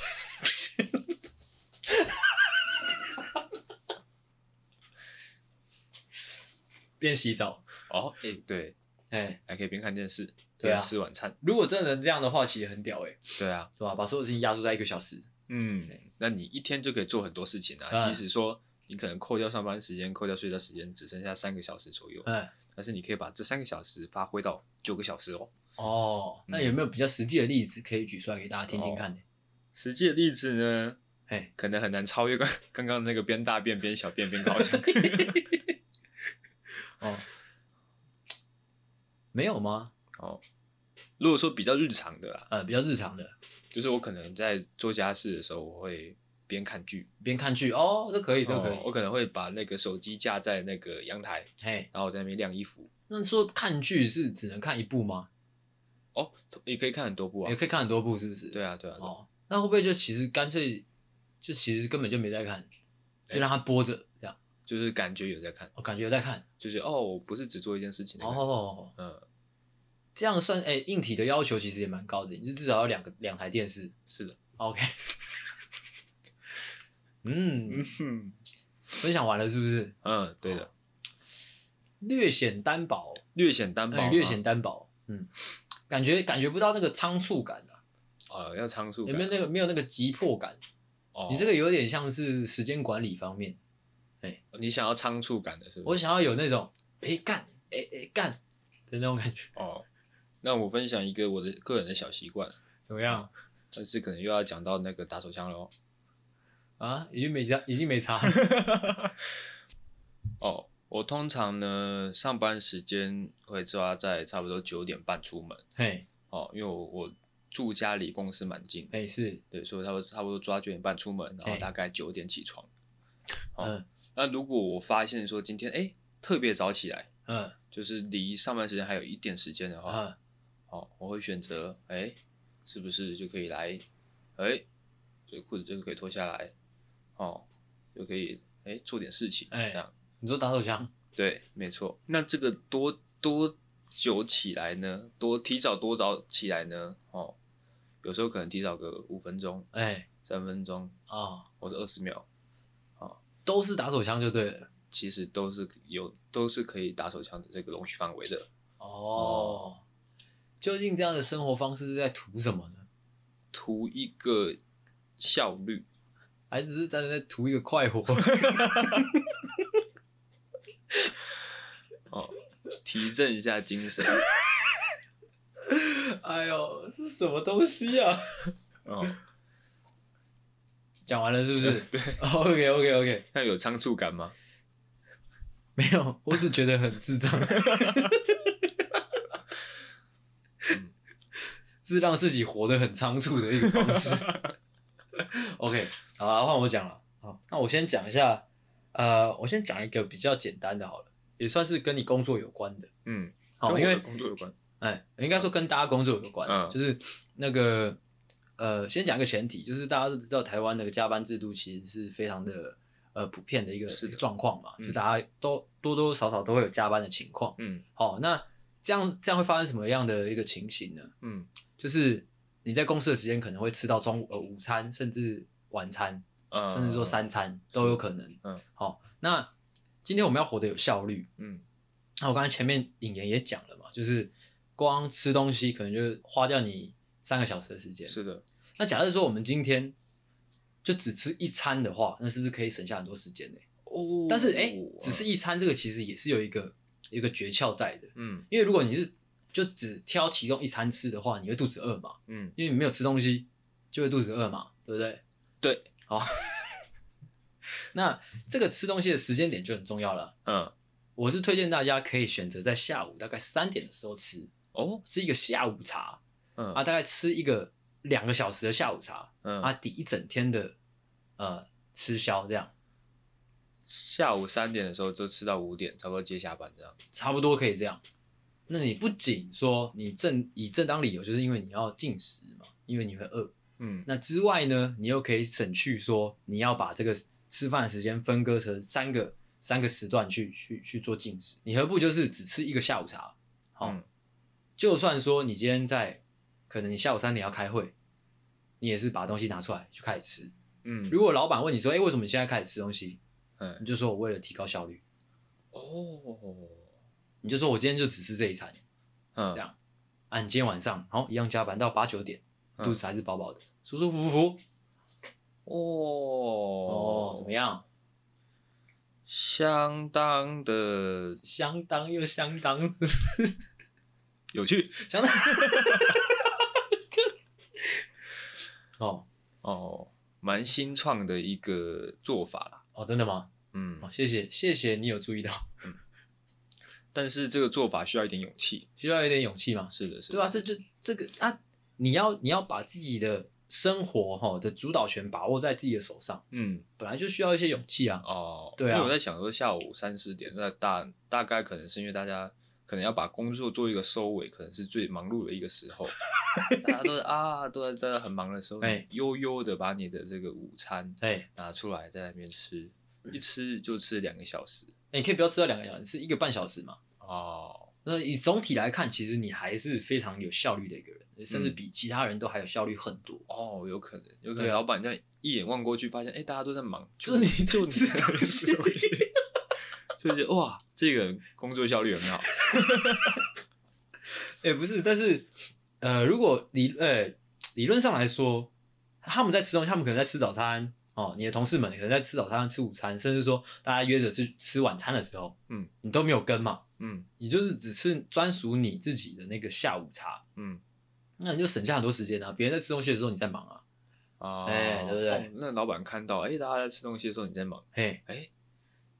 B: 边洗澡，
A: 哦，哎，对，
B: 哎、
A: 还可以边看电视，
B: 对啊
A: 边吃晚餐，
B: 如果真的这样的话，其实很屌哎、
A: 对啊，
B: 对吧？把所有事情压缩在一个小时，
A: 嗯
B: 对，
A: 那你一天就可以做很多事情啊。
B: 嗯
A: 即使说你可能扣掉上班时间、扣掉睡觉时间，只剩下三个小时左右，
B: 哎，
A: 但是你可以把这三个小时发挥到九个小时哦。
B: 哦，那有没有比较实际的例子可以举出来给大家听听看呢？
A: 实际的例子呢，
B: *laughs* 哎、
A: 可能很难超越刚 *laughs* 刚刚那个边大便边小便边烤 *laughs* 箱。
B: 哦，没有吗？
A: 哦，如果说比较日常的啊啦，
B: 呃，比较日常的，
A: 就是我可能在做家事的时候，我会边看剧，
B: 边看剧哦，这可以，这可以
A: 哦，我可能会把那个手机架在那个阳台，
B: 嘿，
A: 然后我在那边晾衣服。
B: 那说看剧是只能看一部吗？
A: 哦，也可以看很多部啊
B: 也。可以看很多部，是不是？
A: 对啊，对啊，对啊
B: 哦，那会不会就其实干脆就其实根本就没在看，就让它播着这样，
A: 就是感觉有在看。
B: 我、感觉有在看。
A: 就是哦，我不是只做一件事情的感觉。
B: 哦，
A: 嗯，
B: 这样算哎、硬体的要求其实也蛮高的，你就至少要两个两台电视。
A: 是的。
B: OK，嗯，
A: 嗯，
B: 分享完了是不是？
A: 嗯，对
B: 哦
A: 的，
B: 略显单薄，
A: 略显单薄啊
B: 哎、
A: 嘛，
B: 略显单薄，嗯，感觉感觉不到那个仓促感啊，
A: 呃，要仓促感。
B: 有没有那个没有那个急迫感？
A: 哦，
B: 你这个有点像是时间管理方面。
A: 你想要仓促感的是不
B: 我
A: 是？
B: 想要有那种诶干诶诶干的那种感觉， *laughs*
A: 哦，那我分享一个我的个人的小习惯，
B: 怎么样
A: 但是可能又要讲到那个打手枪哦喽。
B: 啊？已经没差，已经没差。
A: *laughs* 哦，我通常呢上班时间会抓在差不多九点半出门
B: 嘿，
A: 哦，因为我我住家离公司蛮近，
B: 哎是，
A: 对，所以差不多差不多抓九点半出门，然后
B: 嘿
A: 大概九点起床。哦
B: 嗯
A: 那如果我发现说今天哎特别早起来，
B: 嗯
A: 就是离上班时间还有一点时间的话，
B: 嗯，
A: 哦，我会选择，哎，是不是就可以来，哎，这裤子就可以脱下来，哦，就可以，哎，做点事情，
B: 哎
A: 这样，
B: 你说打手枪，
A: 对，没错。那这个多多久起来呢？多提早多早起来呢？哦，有时候可能提早个五分钟、
B: 哎
A: 三分钟，
B: 啊、
A: 或者二十秒，
B: 都是打手枪就对了。
A: 其实都是有都是可以打手枪的这个容许范围的。
B: 哦，究竟这样的生活方式是在图什么呢？
A: 图一个效率，
B: 还只是单纯在图一个快活？
A: 哦，提振一下精神。
B: *laughs* 哎呦，是什么东西啊？
A: 哦，
B: 讲完了是不 *laughs* 是
A: 对，
B: ？OK OK OK，
A: 那有仓促感吗？
B: 没有，我只觉 *laughs* 嗯得很智障。是让自己活得很仓促的一个方式。OK，好啊，换我讲了。好，那我先讲一下，呃，我先讲一个比较简单的好了，也算是跟你工作有关的。
A: 嗯，跟
B: 好，
A: 我
B: 哦因
A: 的
B: 为
A: 工作有关。
B: 哎，应该说跟大家工作有关，
A: 嗯
B: 就是那个呃，先讲一个前提，就是大家都知道台湾那个加班制度其实是非常的呃普遍的一个
A: 是的
B: 一个状况嘛，
A: 嗯
B: 就大家都多多少少都会有加班的情况。
A: 嗯
B: 好，那这样这样会发生什么样的一个情形呢？
A: 嗯
B: 就是你在公司的时间可能会吃到中午呃午餐，甚至晚餐，
A: 呃，
B: 甚至说三餐都有可能。
A: 嗯，
B: 好，那今天我们要活得有效率，
A: 嗯
B: 那我刚才前面引言也讲了嘛，就是光吃东西可能就花掉你三个小时的时间。
A: 是的，
B: 那假设说我们今天就只吃一餐的话，那是不是可以省下很多时间呢？
A: 哦
B: 但是哎、只吃一餐这个其实也是有一个有一个诀窍在的，
A: 嗯
B: 因为如果你是就只挑其中一餐吃的话，你会肚子饿嘛，
A: 嗯
B: 因为你没有吃东西就会肚子饿嘛，对不对？
A: 对，
B: 好。 *laughs* 那这个吃东西的时间点就很重要了。
A: 嗯，
B: 我是推荐大家可以选择在下午大概三点的时候吃，
A: 哦
B: 吃一个下午茶
A: 嗯
B: 啊，大概吃一个两个小时的下午茶
A: 嗯
B: 啊，抵一整天的呃吃宵，这样
A: 下午三点的时候就吃到五点，差不多接下班这样。
B: 差不多可以这样。那你不仅说你正以正当理由，就是因为你要进食嘛，因为你会饿。
A: 嗯
B: 那之外呢，你又可以省去说你要把这个吃饭的时间分割成三个三个时段去去去做进食，你何不就是只吃一个下午茶？好、
A: 嗯
B: 就算说你今天在，可能你下午三点要开会，你也是把东西拿出来就开始吃。
A: 嗯
B: 如果老板问你说：“哎、为什么你现在开始吃东西？”
A: 嗯，
B: 你就说：“我为了提高效率。
A: 哦，”
B: 你就说：“我今天就只吃这一餐。”
A: 嗯
B: 这样，啊，你今天晚上好一样加班到八九点，
A: 嗯
B: 肚子还是饱饱的，舒舒服服。
A: 哦
B: 哦，怎么样？
A: 相当的
B: 相当又相当，
A: 有趣
B: 相当。 *laughs* 哦
A: 哦，蛮新创的一个做法啦。
B: 哦，真的吗？
A: 嗯，
B: 哦，谢谢谢谢你有注意到，
A: 但是这个做法需要一点勇气。
B: 需要有点勇气嘛。
A: 是的，是的。
B: 对啊，这就这个啊，你要你要把自己的生活哈的主导权把握在自己的手上，
A: 嗯，
B: 本来就需要一些勇气啊。
A: 哦，
B: 对啊
A: 因为我在想说下午三四点，那大大概可能是因为大家可能要把工作做一个收尾，可能是最忙碌的一个时候，大家
B: *laughs*
A: 都是啊，都在都在很忙的时候，
B: 哎
A: 悠悠的把你的这个午餐
B: 哎、
A: 拿出来在那边吃，一吃就吃两个小时。
B: 哎你可以不要吃到两个小时，吃一个半小时嘛。
A: 哦，
B: 那以总体来看，其实你还是非常有效率的一个人，甚至比其他人都还有效率很多。
A: 哦，有可能，有可
B: 对
A: 能
B: 啊
A: 老板这样一眼望过去，发现哎、大家都在忙，
B: 就
A: *laughs*
B: 你
A: 就你
B: 吃
A: 在
B: 东西
A: 吃东西，就觉得哇，这个人工作效率很好。
B: 哎、不是，但是呃，如果理呃理论上来说，他们在吃东西，他们可能在吃早餐哦，你的同事们可能在吃早餐、吃午餐，甚至说大家约着去吃晚餐的时候，
A: 嗯，
B: 你都没有跟嘛，
A: 嗯
B: 你就是只吃专属你自己的那个下午茶，
A: 嗯。
B: 那你就省下很多时间啊。别人在吃东西的时候你在忙啊，
A: 哦，
B: 哎对不对
A: 哦那老板看到，哎、大家在吃东西的时候你在忙，
B: 嘿，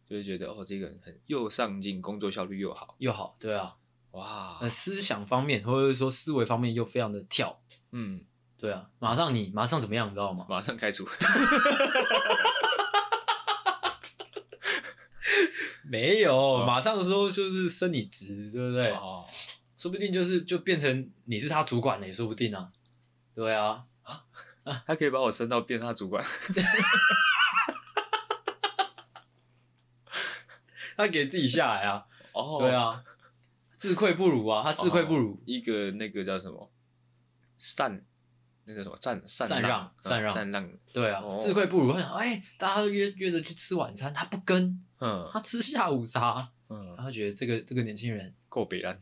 A: 就会觉得哦，这个人很又上进，工作效率又好，
B: 又好，对啊，
A: 哇，
B: 呃，思想方面或者是说思维方面又非常的跳，
A: 嗯，
B: 对啊，马上你马上怎么样，你知道吗？
A: 马上开除， *laughs*
B: 没有，马上的时候就是升你职，对不对？
A: 哦，
B: 说不定就是就变成你是他主管了，也说不定啊。对啊，
A: 他可以把我升到变他主管，
B: 他给自己下来啊，
A: 哦，
B: 对，啊，自愧不如啊，他自愧不如，
A: 一个那个叫什么善，那个什么善
B: 善让
A: 让
B: 善让
A: 嗯善让，
B: 对啊，
A: 哦
B: 自愧不如。他想，哎、大家都约约着去吃晚餐，他不跟，
A: 嗯
B: 他吃下午茶，
A: 嗯，
B: 他觉得这个这个年轻人，
A: 够北烂，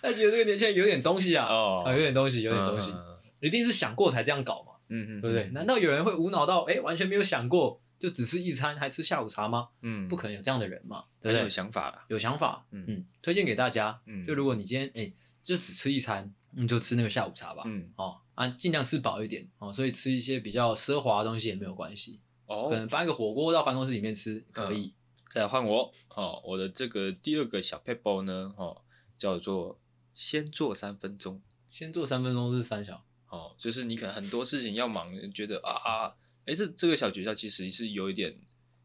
B: 他哎觉得这个年轻人有点东西啊，
A: 哦
B: 啊有点东西，有点东西，
A: 嗯
B: 一定是想过才这样搞嘛，
A: 嗯，嗯
B: 对不对？？难道有人会无脑到哎、完全没有想过，就只吃一餐还吃下午茶吗？
A: 嗯，
B: 不可能有这样的人嘛，
A: 很
B: 对不
A: 有
B: 对？
A: 想法啦，
B: 有想法，
A: 嗯
B: 嗯，推荐给大家。
A: 嗯
B: 就如果你今天哎、就只吃一餐，你就吃那个下午茶吧。
A: 嗯，
B: 哦啊，尽量吃饱一点哦，所以吃一些比较奢华的东西也没有关系，可
A: 哦嗯
B: 能，搬个火锅到办公室里面吃可以。
A: 再来换我哦，我的这个第二个小 paper 呢，哦，叫做先做三分钟。
B: 先做三分钟是三小，
A: 哦，就是你可能很多事情要忙，觉得啊啊，哎，这这个小诀窍其实是有一点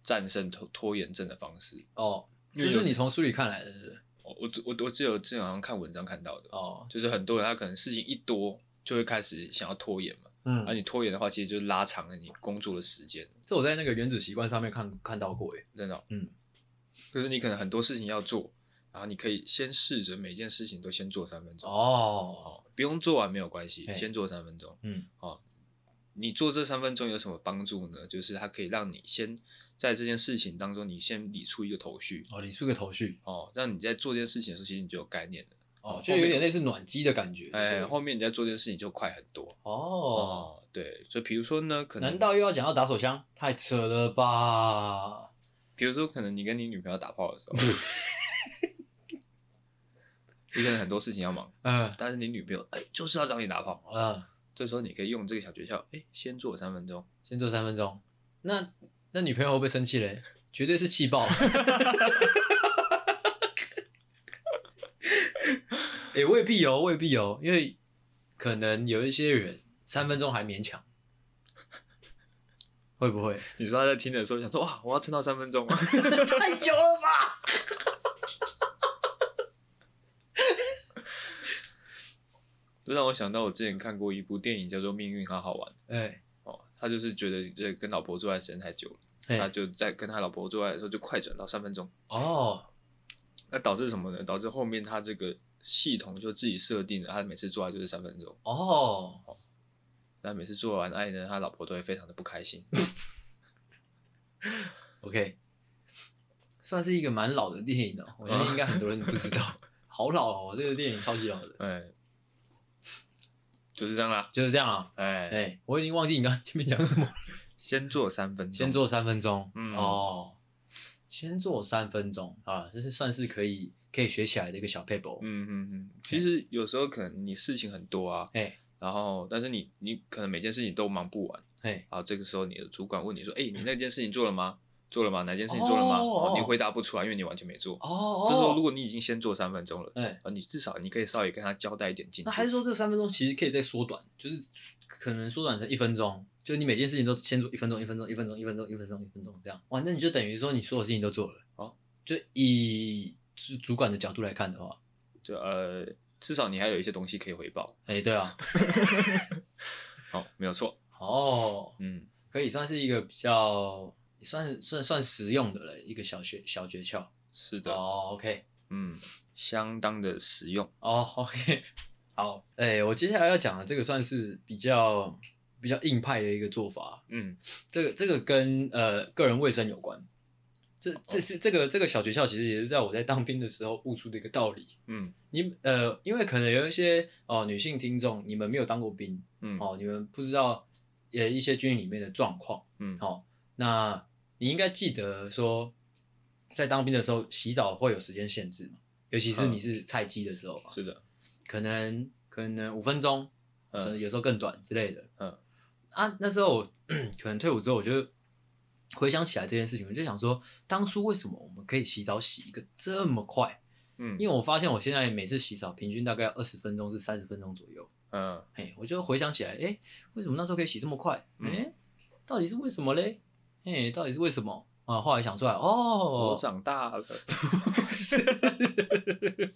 A: 战胜拖拖延症的方式。
B: 哦，
A: 因
B: 这
A: 为
B: 是
A: 有
B: 你从书里看来的，是不是？
A: 哦我我我只有之前好像看文章看到的，
B: 哦，
A: 就是很多人他可能事情一多就会开始想要拖延嘛，啊
B: 嗯
A: 而、你拖延的话，其实就是拉长了你工作的时间，
B: 这我在那个《原子习惯》上面看看到过，诶，
A: 真的、
B: 嗯，
A: 就是你可能很多事情要做，然后你可以先试着每件事情都先做三分钟，
B: 哦，
A: 哦，不用做完没有关系
B: 嘿，
A: 先做三分钟。哦
B: 嗯，
A: 你做这三分钟有什么帮助呢？就是它可以让你先在这件事情当中，你先理出一个头绪
B: 哦，理出个头绪，
A: 哦，让你在做这件事情的时候，其实你就有概念了。
B: 哦
A: 哦，
B: 就有点类似暖机的感觉，
A: 哎，
B: 对
A: 后面你在做这件事情就快很多
B: 哦，
A: 哦。对，所以比如说呢，可能
B: 难道又要讲到打手枪？太扯了吧！
A: 比如说可能你跟你女朋友打炮的时 *laughs* 候，你可能很多事情要忙，
B: 嗯
A: 但是你女朋友哎就是要找你打炮，
B: 嗯，
A: 这时候你可以用这个小诀窍，哎，先做三分钟，
B: 先做三分钟。那那女朋友会不会生气嘞？绝对是气爆。 *laughs* 哎、未必哦，未必哦，因为可能有一些人三分钟还勉强，会不会
A: 你说他在听的时候想说哇，我要撑到三分钟啊，
B: 太久了吧？
A: 这让我想到我之前看过一部电影叫做《命运好好玩》
B: 哎、
A: 哦，他就是觉得这跟老婆做爱时间太久了，
B: 嘿
A: 他就在跟他老婆做爱的时候就快转到三分钟，
B: 哦，
A: 那导致什么呢？导致后面他这个系统就自己设定了，他每次做爱就是三分钟，
B: 哦，
A: 那每次做完爱呢，他老婆都会非常的不开心。
B: OK，算是一个蛮老的电影哦，我相信应该很多人不知道， *laughs* 好老哦，这个电影超级老的，
A: 哎，就是这样啦。
B: 就是这样啊。
A: 哎，
B: 哎、我已经忘记你刚刚前面讲什么，
A: 先做三分钟，
B: 先做三分钟，
A: 嗯
B: 哦，先做三分钟啊，这是算是可以可以学起来的一个小 paper，
A: 嗯嗯嗯。其实有时候可能你事情很多啊，
B: 哎
A: 然后但是你你可能每件事情都忙不完，
B: 哎，
A: 然后啊这个时候你的主管问你说：“哎、你那件事情做了
B: *coughs*
A: 吗？做了吗？哪件事情做了吗？”哦
B: 哦
A: 你回答不出来，因为你完全没做。
B: 哦哦，
A: 这时候如果你已经先做三分钟了，
B: 哎、
A: 啊，你至少你可以稍微跟他交代一点进度。
B: 那还是说这三分钟其实可以再缩短，就是可能缩短成一分钟，就是你每件事情都先做一分钟、一分钟、一分钟、一分钟、一分钟、一分钟这样，哇，那你就等于说你所有事情都做了
A: 哦。
B: 就以主主管的角度来看的话，
A: 就呃，至少你还有一些东西可以回报。
B: 哎、对啊，
A: 好、没有错。
B: 哦，
A: 嗯，
B: 可以算是一个比较算算算实用的了一个小诀小诀窍。
A: 是的，
B: 哦，OK，
A: 嗯，相当的实用。
B: 哦，OK，好， *laughs* 哎、我接下来要讲的这个算是比较比较硬派的一个做法，
A: 嗯，
B: 这个这个跟呃个人卫生有关。这这
A: 哦
B: 是这个这个小诀窍，其实也是在我在当兵的时候悟出的一个道理。
A: 嗯
B: 你呃，因为可能有一些哦、女性听众，你们没有当过兵
A: 嗯，
B: 哦，你们不知道呃一些军营里面的状况
A: 嗯，
B: 哦。那你应该记得说，在当兵的时候洗澡会有时间限制嘛，尤其是
A: 嗯
B: 你是菜鸡的时候嘛，
A: 是的，可
B: 可能可能五分钟，
A: 嗯
B: 甚至有时候更短之类的。
A: 嗯，
B: 啊，那时候我 *clears throat* 可能退伍之后，我就回想起来这件事情，我就想说，当初为什么我们可以洗澡洗一个这么快？
A: 嗯，
B: 因为我发现我现在每次洗澡平均大概二十分钟至三十分钟左右。
A: 嗯
B: 嘿，我就回想起来，哎、为什么那时候可以洗这么快？哎、
A: 嗯
B: 到底是为什么嘞？哎、到底是为什么？啊，后来想出来，
A: 我
B: 哦，
A: 长大了。
B: *laughs*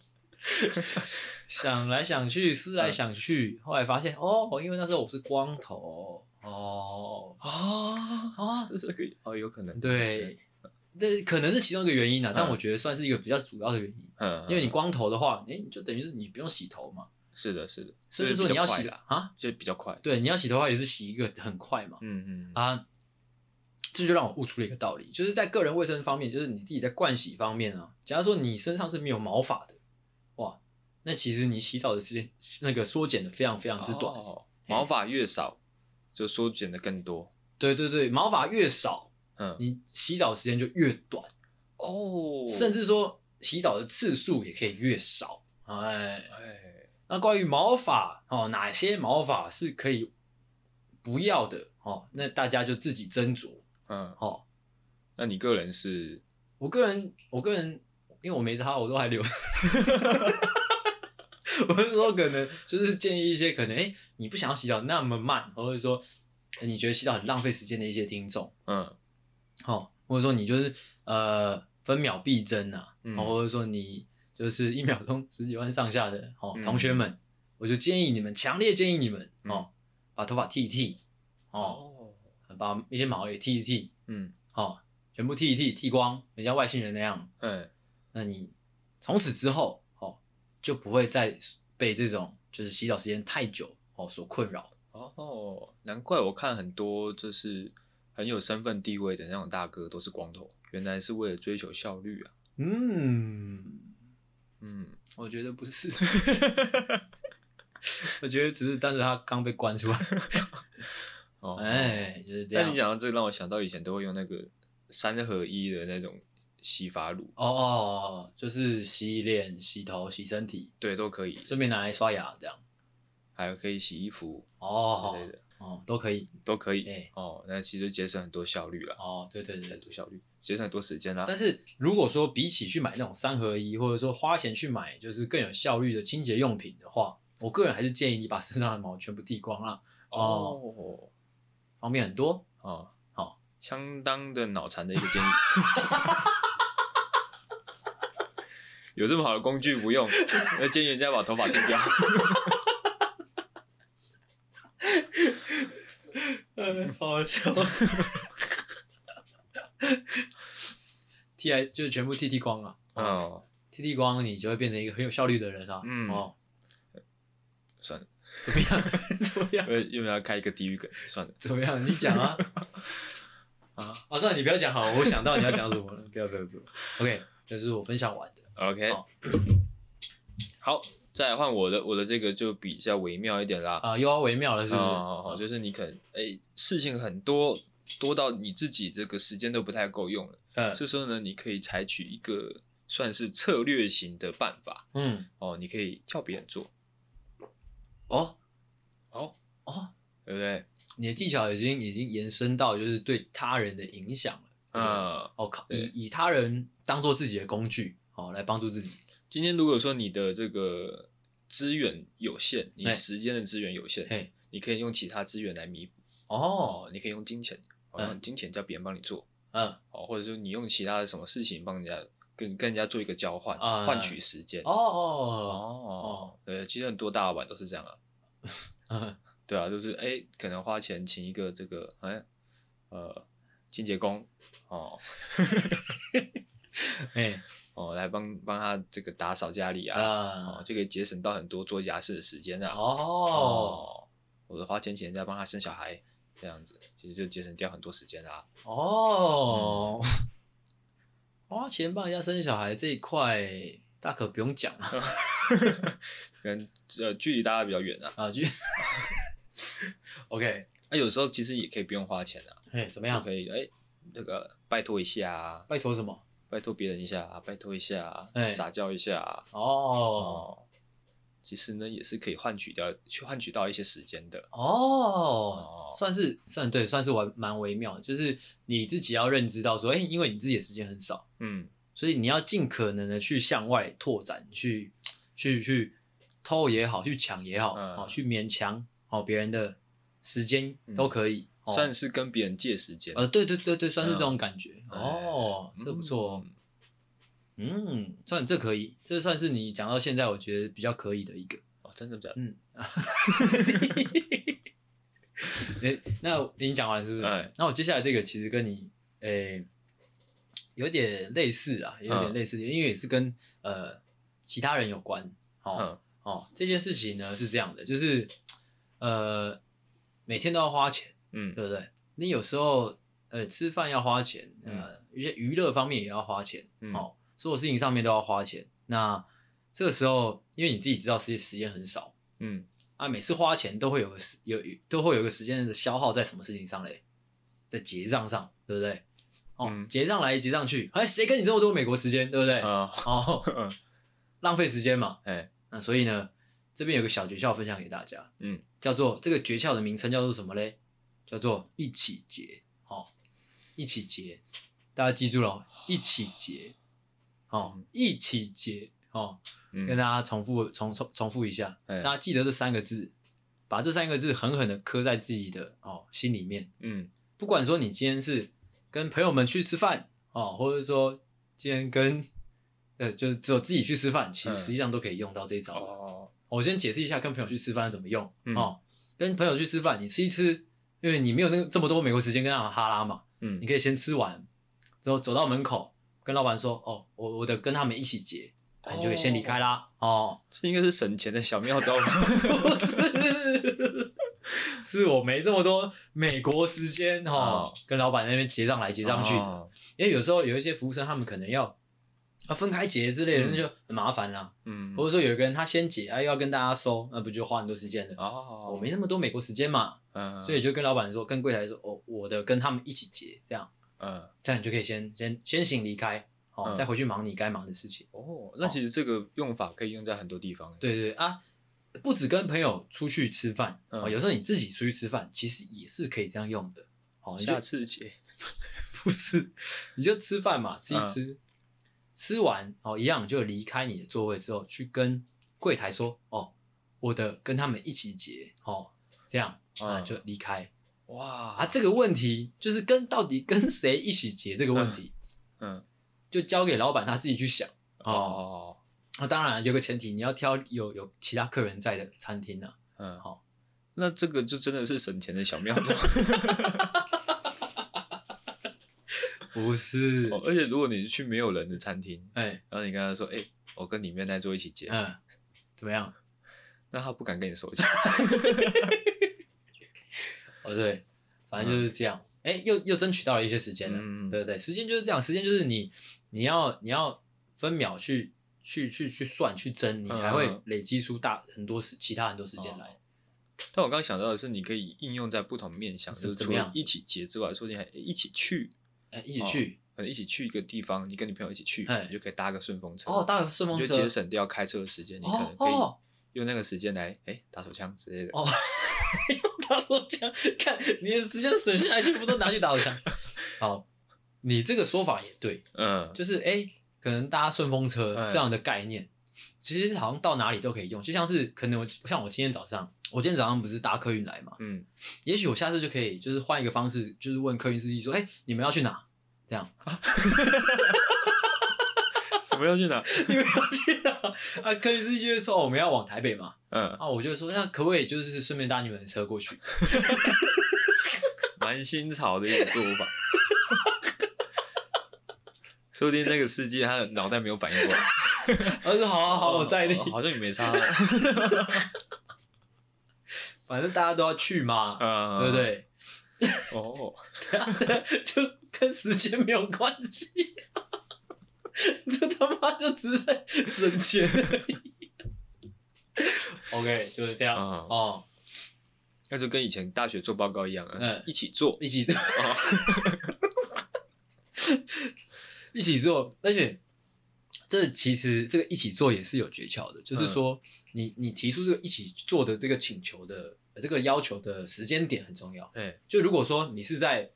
B: 想来想去，思来想去，后来发现，哦，因为那时候我是光头，哦，
A: 啊
B: 啊
A: 这是可以哦，有可能，
B: 对，这可能是其中一个原因啊，但
A: 嗯
B: 我觉得算是一个比较主要的原因，
A: 嗯，
B: 因为你光头的话，哎、你就等于是你不用洗头嘛，
A: 是的，是的，
B: 甚至说你要洗
A: 的
B: 个，啊，
A: 就比较快，
B: 对，你要洗头的话也是洗一个很快嘛，
A: 嗯嗯，
B: 啊，这就让我悟出了一个道理，就是在个人卫生方面，就是你自己在盥洗方面啊，假如说你身上是没有毛发的，哇，那其实你洗澡的时间那个缩减的非常非常之短，
A: 哦毛发越少，就缩减的更多，
B: 对对对，毛发越少，
A: 嗯，
B: 你洗澡时间就越短。
A: 哦
B: 甚至说洗澡的次数也可以越少。哎，
A: 哎，
B: 那关于毛发哦，哪些毛发是可以不要的哦？那大家就自己斟酌
A: 嗯，
B: 哦。
A: 那你个人是，
B: 我个人，我个人，因为我没擦，我都还留。 *laughs* 我是说可能就是建议一些可能哎、诶你不想要洗澡那么慢，或者说诶你觉得洗澡很浪费时间的一些听众，
A: 嗯
B: 哦，或者说你就是呃分秒必争啊，
A: 嗯
B: 哦或者说你就是一秒钟十几万上下的哦，
A: 嗯
B: 同学们，我就建议你们，强烈建议你们哦，把头发剃一剃，哦，
A: 哦
B: 把一些毛也剃一剃，
A: 嗯
B: 哦，全部剃一剃，剃光，很像外星人那样。
A: 哎
B: 那你从此之后哦，就不会再被这种就是洗澡时间太久哦所困扰。
A: 哦，难怪我看很多就是很有身份地位的那种大哥都是光头，原来是为了追求效率啊。
B: 嗯，
A: 嗯，
B: 我觉得不是， *laughs* 我觉得只是当时他刚被
A: *laughs*
B: 关出来，
A: 哦，
B: 哎，就是这样
A: 但你。讲到这个，让我想到以前都会用那个三合一的那种洗发乳，
B: 哦哦，就是洗脸、洗头、洗身体，
A: 对，都可以，
B: 顺便拿来刷牙这样。
A: 还可以洗衣服
B: 哦
A: 之类的，
B: 哦，都可以。
A: 都可以。
B: 哎，
A: 哦，那其实节省很多效率啊啦，
B: 哦，对对对
A: 很多效率，节省很多时间啦。
B: 但是如果说比起去买那种三合一，或者说花钱去买就是更有效率的清洁用品的话，我个人还是建议你把身上的毛全部剃光啦，
A: 哦
B: 方便很多。
A: 哦
B: 好，
A: 相当的脑残的一个建议。 *laughs* 有这么好的工具不用，那建议人家把头发剃掉。
B: *laughs* 好笑。 *laughs* 剃来就是全部剃剃光了，哦，
A: 哦，
B: 剃剃光你就会变成一个很有效率的人啊。
A: 嗯
B: 哦，
A: 算了，
B: 怎么样？ *laughs* 怎么样？
A: 呃，又没有要开一个地狱梗，算了。
B: 怎么样？你讲啊。 *laughs* 啊啊！算了，你不要讲好了，我想到你要讲什么了。 *laughs* 不要不要不要。OK，就是我分享完的。
A: OK，
B: 好
A: 好，再来换我的，我的这个就比较微妙一点啦。
B: 啊，又要微妙了，是不是？
A: 哦哦哦就是你可能哎、事情很多，多到你自己这个时间都不太够用了。
B: 嗯
A: 这时候呢，你可以采取一个算是策略型的办法
B: 嗯，
A: 哦，你可以叫别人做，
B: 哦
A: 哦，
B: 哦，
A: 对不对？
B: 你的技巧已经已经延伸到就是对他人的影响了。嗯，
A: 呃，
B: 哦，靠，
A: 对
B: 以以他人当做自己的工具，哦，来帮助自己。
A: 今天如果说你的这个资源有限，你
B: 哎
A: 时间的资源有限，
B: 嘿，
A: 你可以用其他资源来弥补
B: 哦，
A: 哦，你可以用金钱，哦，
B: 嗯
A: 用金钱叫别人帮你做。
B: 嗯，
A: 哦，或者说你用其他的什么事情帮人家跟跟人家做一个交换，
B: 啊
A: 换、取时间。
B: 哦哦，
A: 哦对，其实很多大老板都是这样啊。
B: 嗯
A: 对啊，就是哎、可能花钱请一个这个哎、呃清洁工哦
B: 哎，
A: 哦来帮帮他这个打扫家里啊，哦
B: 啊，
A: 就可以节省到很多做家事的时间啊。
B: 哦
A: 或者花钱请人家帮他生小孩，这样子其实就节省掉很多时间啊啦、
B: 哦， *laughs* 花钱帮人家生小孩这一块，大可不用讲啊。
A: 可能呃距离大家比较远啊，
B: 啊，就 *laughs* OK，
A: 那、有时候其实也可以不用花钱啊。
B: 哎，怎么
A: 就
B: 样？
A: 可以哎、那个拜托一下啊，
B: 拜托什么？
A: 拜托别人一下啊，拜托一下啊，
B: 哎
A: 撒娇一下啊。
B: 哦
A: 哦，其实呢也是可以换取掉，去换取到一些时间的。
B: 哦，算是算对，算是玩蛮微妙的，就是你自己要认知到说，哎、因为你自己的时间很少，
A: 嗯，
B: 所以你要尽可能的去向外拓展，去去去偷也好，去抢也好，
A: 嗯
B: 哦，去勉强哦别人的时间
A: 嗯
B: 都可以，哦、
A: 算是跟别人借时间。
B: 呃，对对对对，算是这种感觉、
A: 嗯
B: 哦，这不错哦。
A: 嗯
B: 嗯，算这可以，这算是你讲到现在，我觉得比较可以的一个。
A: 哦，真的假的？
B: 嗯，诶，那你讲完是不是？
A: 哎
B: 那我接下来这个其实跟你诶、有点类似啊，也有
A: 嗯
B: 点类似，因为也是跟呃其他人有关。哦、
A: 嗯
B: 哦，这件事情呢是这样的，就是呃每天都要花钱，
A: 嗯
B: 对不对？你有时候呃吃饭要花钱，呃一些娱乐方面也要花钱，
A: 嗯
B: 哦，所有事情上面都要花钱。那这个时候，因为你自己知道时间时间很少
A: 嗯，
B: 啊，每次花钱都会有个时有有都会有个时间的消耗在什么事情上嘞？在结账上，对不对？哦，
A: 嗯
B: 结账来结账去，哎，谁跟你这么多美国时间，对不对？
A: 啊，
B: 哦，浪费时间嘛。
A: 哎，
B: 那所以呢，这边有个小诀窍分享给大家，
A: 嗯，
B: 叫做这个诀窍的名称叫做什么嘞？叫做一起结，哦，一起结，大家记住了哦，一起结，哦
A: 嗯，
B: 一起结，哦，跟
A: 嗯，
B: 大家重复重重重复一下，
A: 哎
B: 大家记得这三个字，把这三个字狠狠的刻在自己的哦心里面。
A: 嗯，
B: 不管说你今天是跟朋友们去吃饭哦，或者说今天跟呃就是只有自己去吃饭，其实
A: 嗯
B: 实际上都可以用到这一招。
A: 哦，
B: 我先解释一下跟朋友去吃饭怎么用、
A: 嗯
B: 哦。跟朋友去吃饭，你吃一吃，因为你没有那个这么多美国时间跟他们哈拉嘛，
A: 嗯
B: 你，可以先吃完，之后走到门口跟老板说：“哦，我我的跟他们一起结。”啊你就可以先离开啦。哦，
A: 这应该是省钱的小妙招吧？ *laughs*
B: 不是，是我没这么多美国时间哦，
A: 哦
B: 跟老板那边结账来结账去的。
A: 哦
B: 因为有时候有一些服务生他们可能要啊分开结之类的，
A: 嗯
B: 那就很麻烦啦。
A: 嗯，
B: 或者说有一个人他先结，啊又要跟大家收，那不就花很多时间了？
A: 哦，
B: 我没那么多美国时间嘛，
A: 嗯，
B: 所以就跟老板说，跟柜台说，哦，我的跟他们一起结，这样
A: 嗯，
B: 这样你就可以先先先行离开，哦，
A: 嗯
B: 再回去忙你该忙的事情。
A: 哦，那其实这个用法可以用在很多地方。，
B: 对对对啊，不止跟朋友出去吃饭，
A: 嗯
B: 哦，有时候你自己出去吃饭，其实也是可以这样用的。哦，你就
A: 下次节，
B: 不是，你就吃饭嘛，吃
A: 嗯
B: 一吃，吃完哦，一样就离开你的座位之后，去跟柜台说哦，我的跟他们一起结哦，这样啊、
A: 嗯
B: 就离开
A: 哇，
B: 啊。这个问题就是跟到底跟谁一起结这个问题，
A: 嗯，
B: 就交给老板他自己去想哦。
A: 哦，
B: 那、当然有个前提，你要挑有有其他客人在的餐厅啊。
A: 嗯，
B: 好，
A: 那这个就真的是省钱的小妙 *laughs* 招。
B: 不是，
A: 哦而且如果你是去没有人的餐厅，
B: 哎、
A: 然后你跟他说，哎、我跟里面那桌一起结，
B: 嗯，怎么样？
A: 那他不敢跟你收钱。
B: 哦，对，反正就是这样。哎、又又争取到了一些时间了，
A: 嗯
B: 对不对？时间就是这样，时间就是你你要你要分秒去去去去算去争，你才
A: 嗯嗯
B: 会
A: 嗯哦
B: 累积出大很多时其他很多时间来。
A: *laughs* 但我刚刚想到的是，你可以应用在不同面向，
B: 是
A: 就是
B: 怎
A: 除
B: 么样
A: 了一起结之外，说不定还一起去，
B: 哎、一起去
A: 可能一起去一个地方，你跟你朋友一起去，
B: 哎
A: 你就可以搭个顺风车。
B: 哦，搭顺
A: 你就
B: 风车
A: 节
B: *laughs*
A: 省掉开车的时间，你可
B: 哦
A: 能可以
B: 哦
A: 用那个时间来哎、打手枪之类的。
B: 哦，他说这样，看你的时间省下来，全部都拿去打火枪。好，你这个说法也对，
A: 嗯，
B: 就是哎、诶可能搭顺风车
A: 哎
B: 这样的概念，其实好像到哪里都可以用。就像是可能我像我今天早上，我今天早上不是搭客运来嘛， *laughs*
A: 嗯，
B: 也许我下次就可以就是换一个方式，就是问客运司机说，哎、你们要去哪？ *laughs* 这样
A: 什么要去哪？
B: 你们要去哪？啊，客运司机就会说，哦，我们要往台北嘛。
A: 嗯，
B: 啊，我就会说，那可不可以就是顺便搭你们的车过去？
A: 蛮新潮的一种做法。 *laughs* 说不定那个司机他的脑袋没有反应过来。
B: 他说，好啊好啊，我载你。
A: 哦好像也没差。
B: *laughs* 反正大家都要去嘛，
A: 嗯
B: 对不？对？
A: 哦，嗯
B: *laughs* 就跟时间没有关系。 *laughs* 这他妈就只是在省钱而已。OK，就是这样、
A: 嗯
B: 哦，
A: 那就跟以前大学做报告一样啊
B: 嗯，
A: 一起做。
B: 一起 *laughs* 一起做，而且这其实这个一起做也是有诀窍的，就是说你你提出这个一起做的这个请求的呃这个要求的时间点很重要。
A: 哎，
B: 就如果说你是在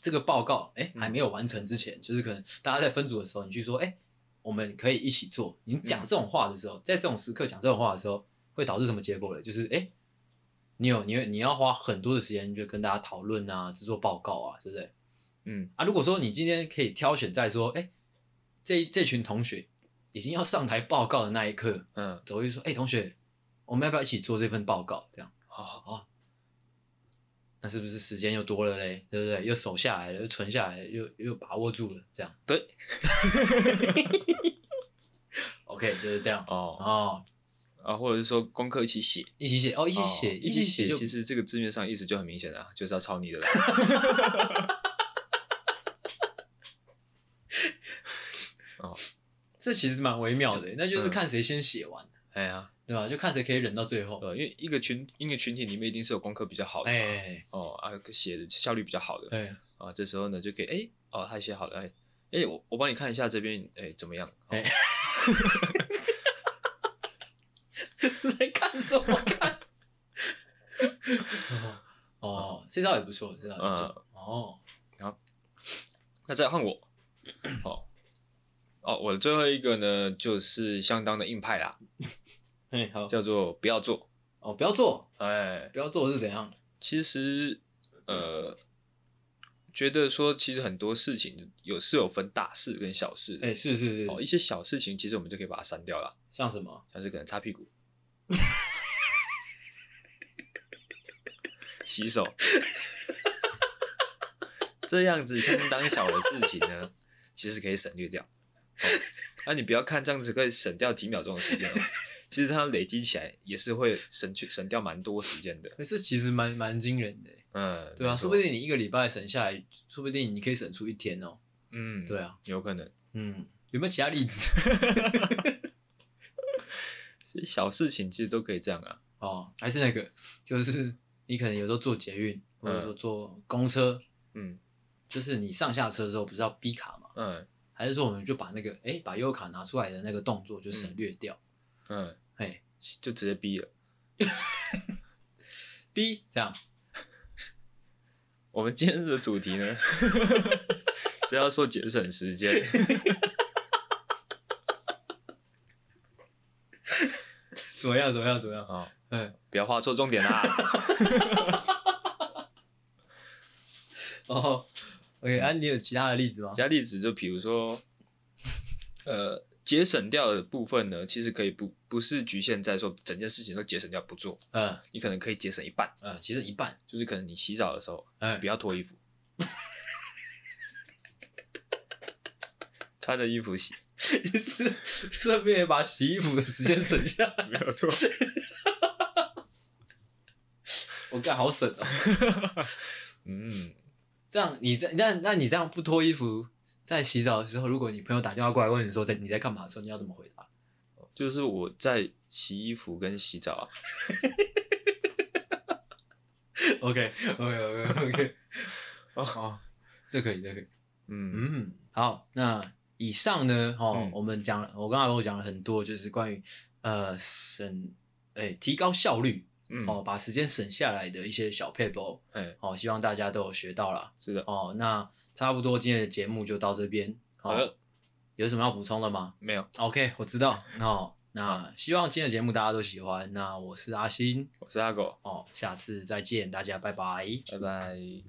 B: 这个报告哎、
A: 嗯
B: 还没有完成之前，就是可能大家在分组的时候，你去说哎、我们可以一起做，你讲这种话的时候，在这种时刻讲这种话的时候，会导致什么结果呢？就是哎、你有你有你要花很多的时间就跟大家讨论啊，制作报告啊，对不对？
A: 嗯
B: 啊，如果说你今天可以挑选在说哎、这这群同学已经要上台报告的那一刻，
A: 嗯，
B: 走过去说哎、同学，我们要不要一起做这份报告？这样。
A: 好，
B: 那是不是时间又多了嘞？对不对？又守下来了，又存下来了，又又把握住了，这样
A: 对。
B: *laughs* OK 就是这样
A: 哦，
B: 哦。
A: 啊，或者是说功课一起写，
B: 一起写哦，一
A: 一
B: 起写，
A: 一
B: 起
A: 起
B: 写
A: 写。
B: 就
A: 其实这个字面上意思就很明显了，就是要抄你的
B: *laughs*
A: 啦。
B: 这其实蛮微妙的，那就是看谁先写完，
A: 哎呀，
B: 对吧？就看谁可以忍到最后。
A: 呃，因为一个群一个群体里面一定是有功课比较好的嘛，
B: 哎
A: 哦啊，写的效率比较好的
B: 哎
A: 啊，这时候呢就可以哎，哦，他写好了，哎哎，我我帮你看一下这边哎怎么样？哦
B: 哎， *laughs* 在看什么看？ *laughs* 哦，这招也不错，这招也
A: 嗯
B: 不错。哦， *coughs*
A: 那再换我，哦哦，我的最后一个呢，就是相当的硬派啦，
B: 哎，好，
A: 叫做不要做。
B: 哦，不要做，
A: 哎，
B: 不要做是怎样？
A: 其实呃，觉得说其实很多事情有是有分大事跟小事的。
B: 哎，是是是，
A: 哦，一些小事情其实我们就可以把它删掉了，
B: 像什么？
A: 像是可能擦屁股、洗手，这样子相当小的事情呢，其实可以省略掉。哦那、你不要看这样子可以省掉几秒钟的时间、哦，其实它累积起来也是会省去省掉蛮多时间的。
B: 可是哎其实蛮蛮惊人的，
A: 嗯，
B: 对啊，
A: 没
B: 说
A: 错
B: 不定你一个礼拜省下来，说不定你可以省出一天哦。
A: 嗯，
B: 对，啊，
A: 有可能。
B: 嗯，有没有其他例 *laughs* 子？
A: 其实小事情其实都可以这样啊。
B: 哦，还是那个，就是你可能有时候坐捷运，或者说坐公车，
A: 嗯
B: 就是你上下车的时候不是要 B 卡嘛？
A: 嗯
B: 还是说我们就把那个哎、把优卡拿出来的那个动作就省略掉？
A: 嗯，
B: 哎、
A: 就直接逼了。
B: b 这样
A: 我们今天的主题 *laughs* 呢，是要说节省时间。 *laughs*
B: 怎么样？怎么样？怎么样？
A: 哦，
B: 嗯，
A: 不要画错重点啦。
B: 哦，OK，啊，你有其他的例子吗
A: 其？他例子就比如说，呃，节省掉的部分呢，其实可以不不是局限在说整件事情都节省掉不做，
B: 嗯
A: 你可能可以节省一半，
B: 呃，其实一半，
A: 就是可能你洗澡的时候
B: 哎、 *laughs*
A: 不要脱 *laughs* 衣服，穿着衣服洗，
B: 是顺便也把洗衣服的时间省下来。
A: 没有错。
B: *laughs* 我干，好省哦！
A: 嗯，
B: 这样你这那那你这样不脱衣服，在洗澡的时候，如果你朋友打电话过来问你说在你在干嘛的时候，你要怎
A: *laughs*
B: 么回答？
A: 就是我在洗衣服跟洗澡啊，
B: OK OK OK OK，哦， *laughs* 这可以，这可以。
A: *laughs* 嗯
B: 嗯，好，那以上呢，哦，
A: 嗯
B: 我们讲了，我刚才我讲了很多，就是关于呃省，哎、提高效率，
A: 嗯，
B: 哦，把时间省下来的一些小 p a p e
A: 哎，
B: 哦，希望大家都有学到啦。
A: 是的，
B: 哦，那差不多今天的节目就到这边。
A: 好
B: 哦
A: 的，
B: 有什么要补充的吗
A: 没有，
B: ？OK，我知道。哦，那希望今天的节目大家都喜欢。那我是阿星，
A: 我是阿狗，
B: 哦，下次再见，大家拜拜。
A: 拜拜。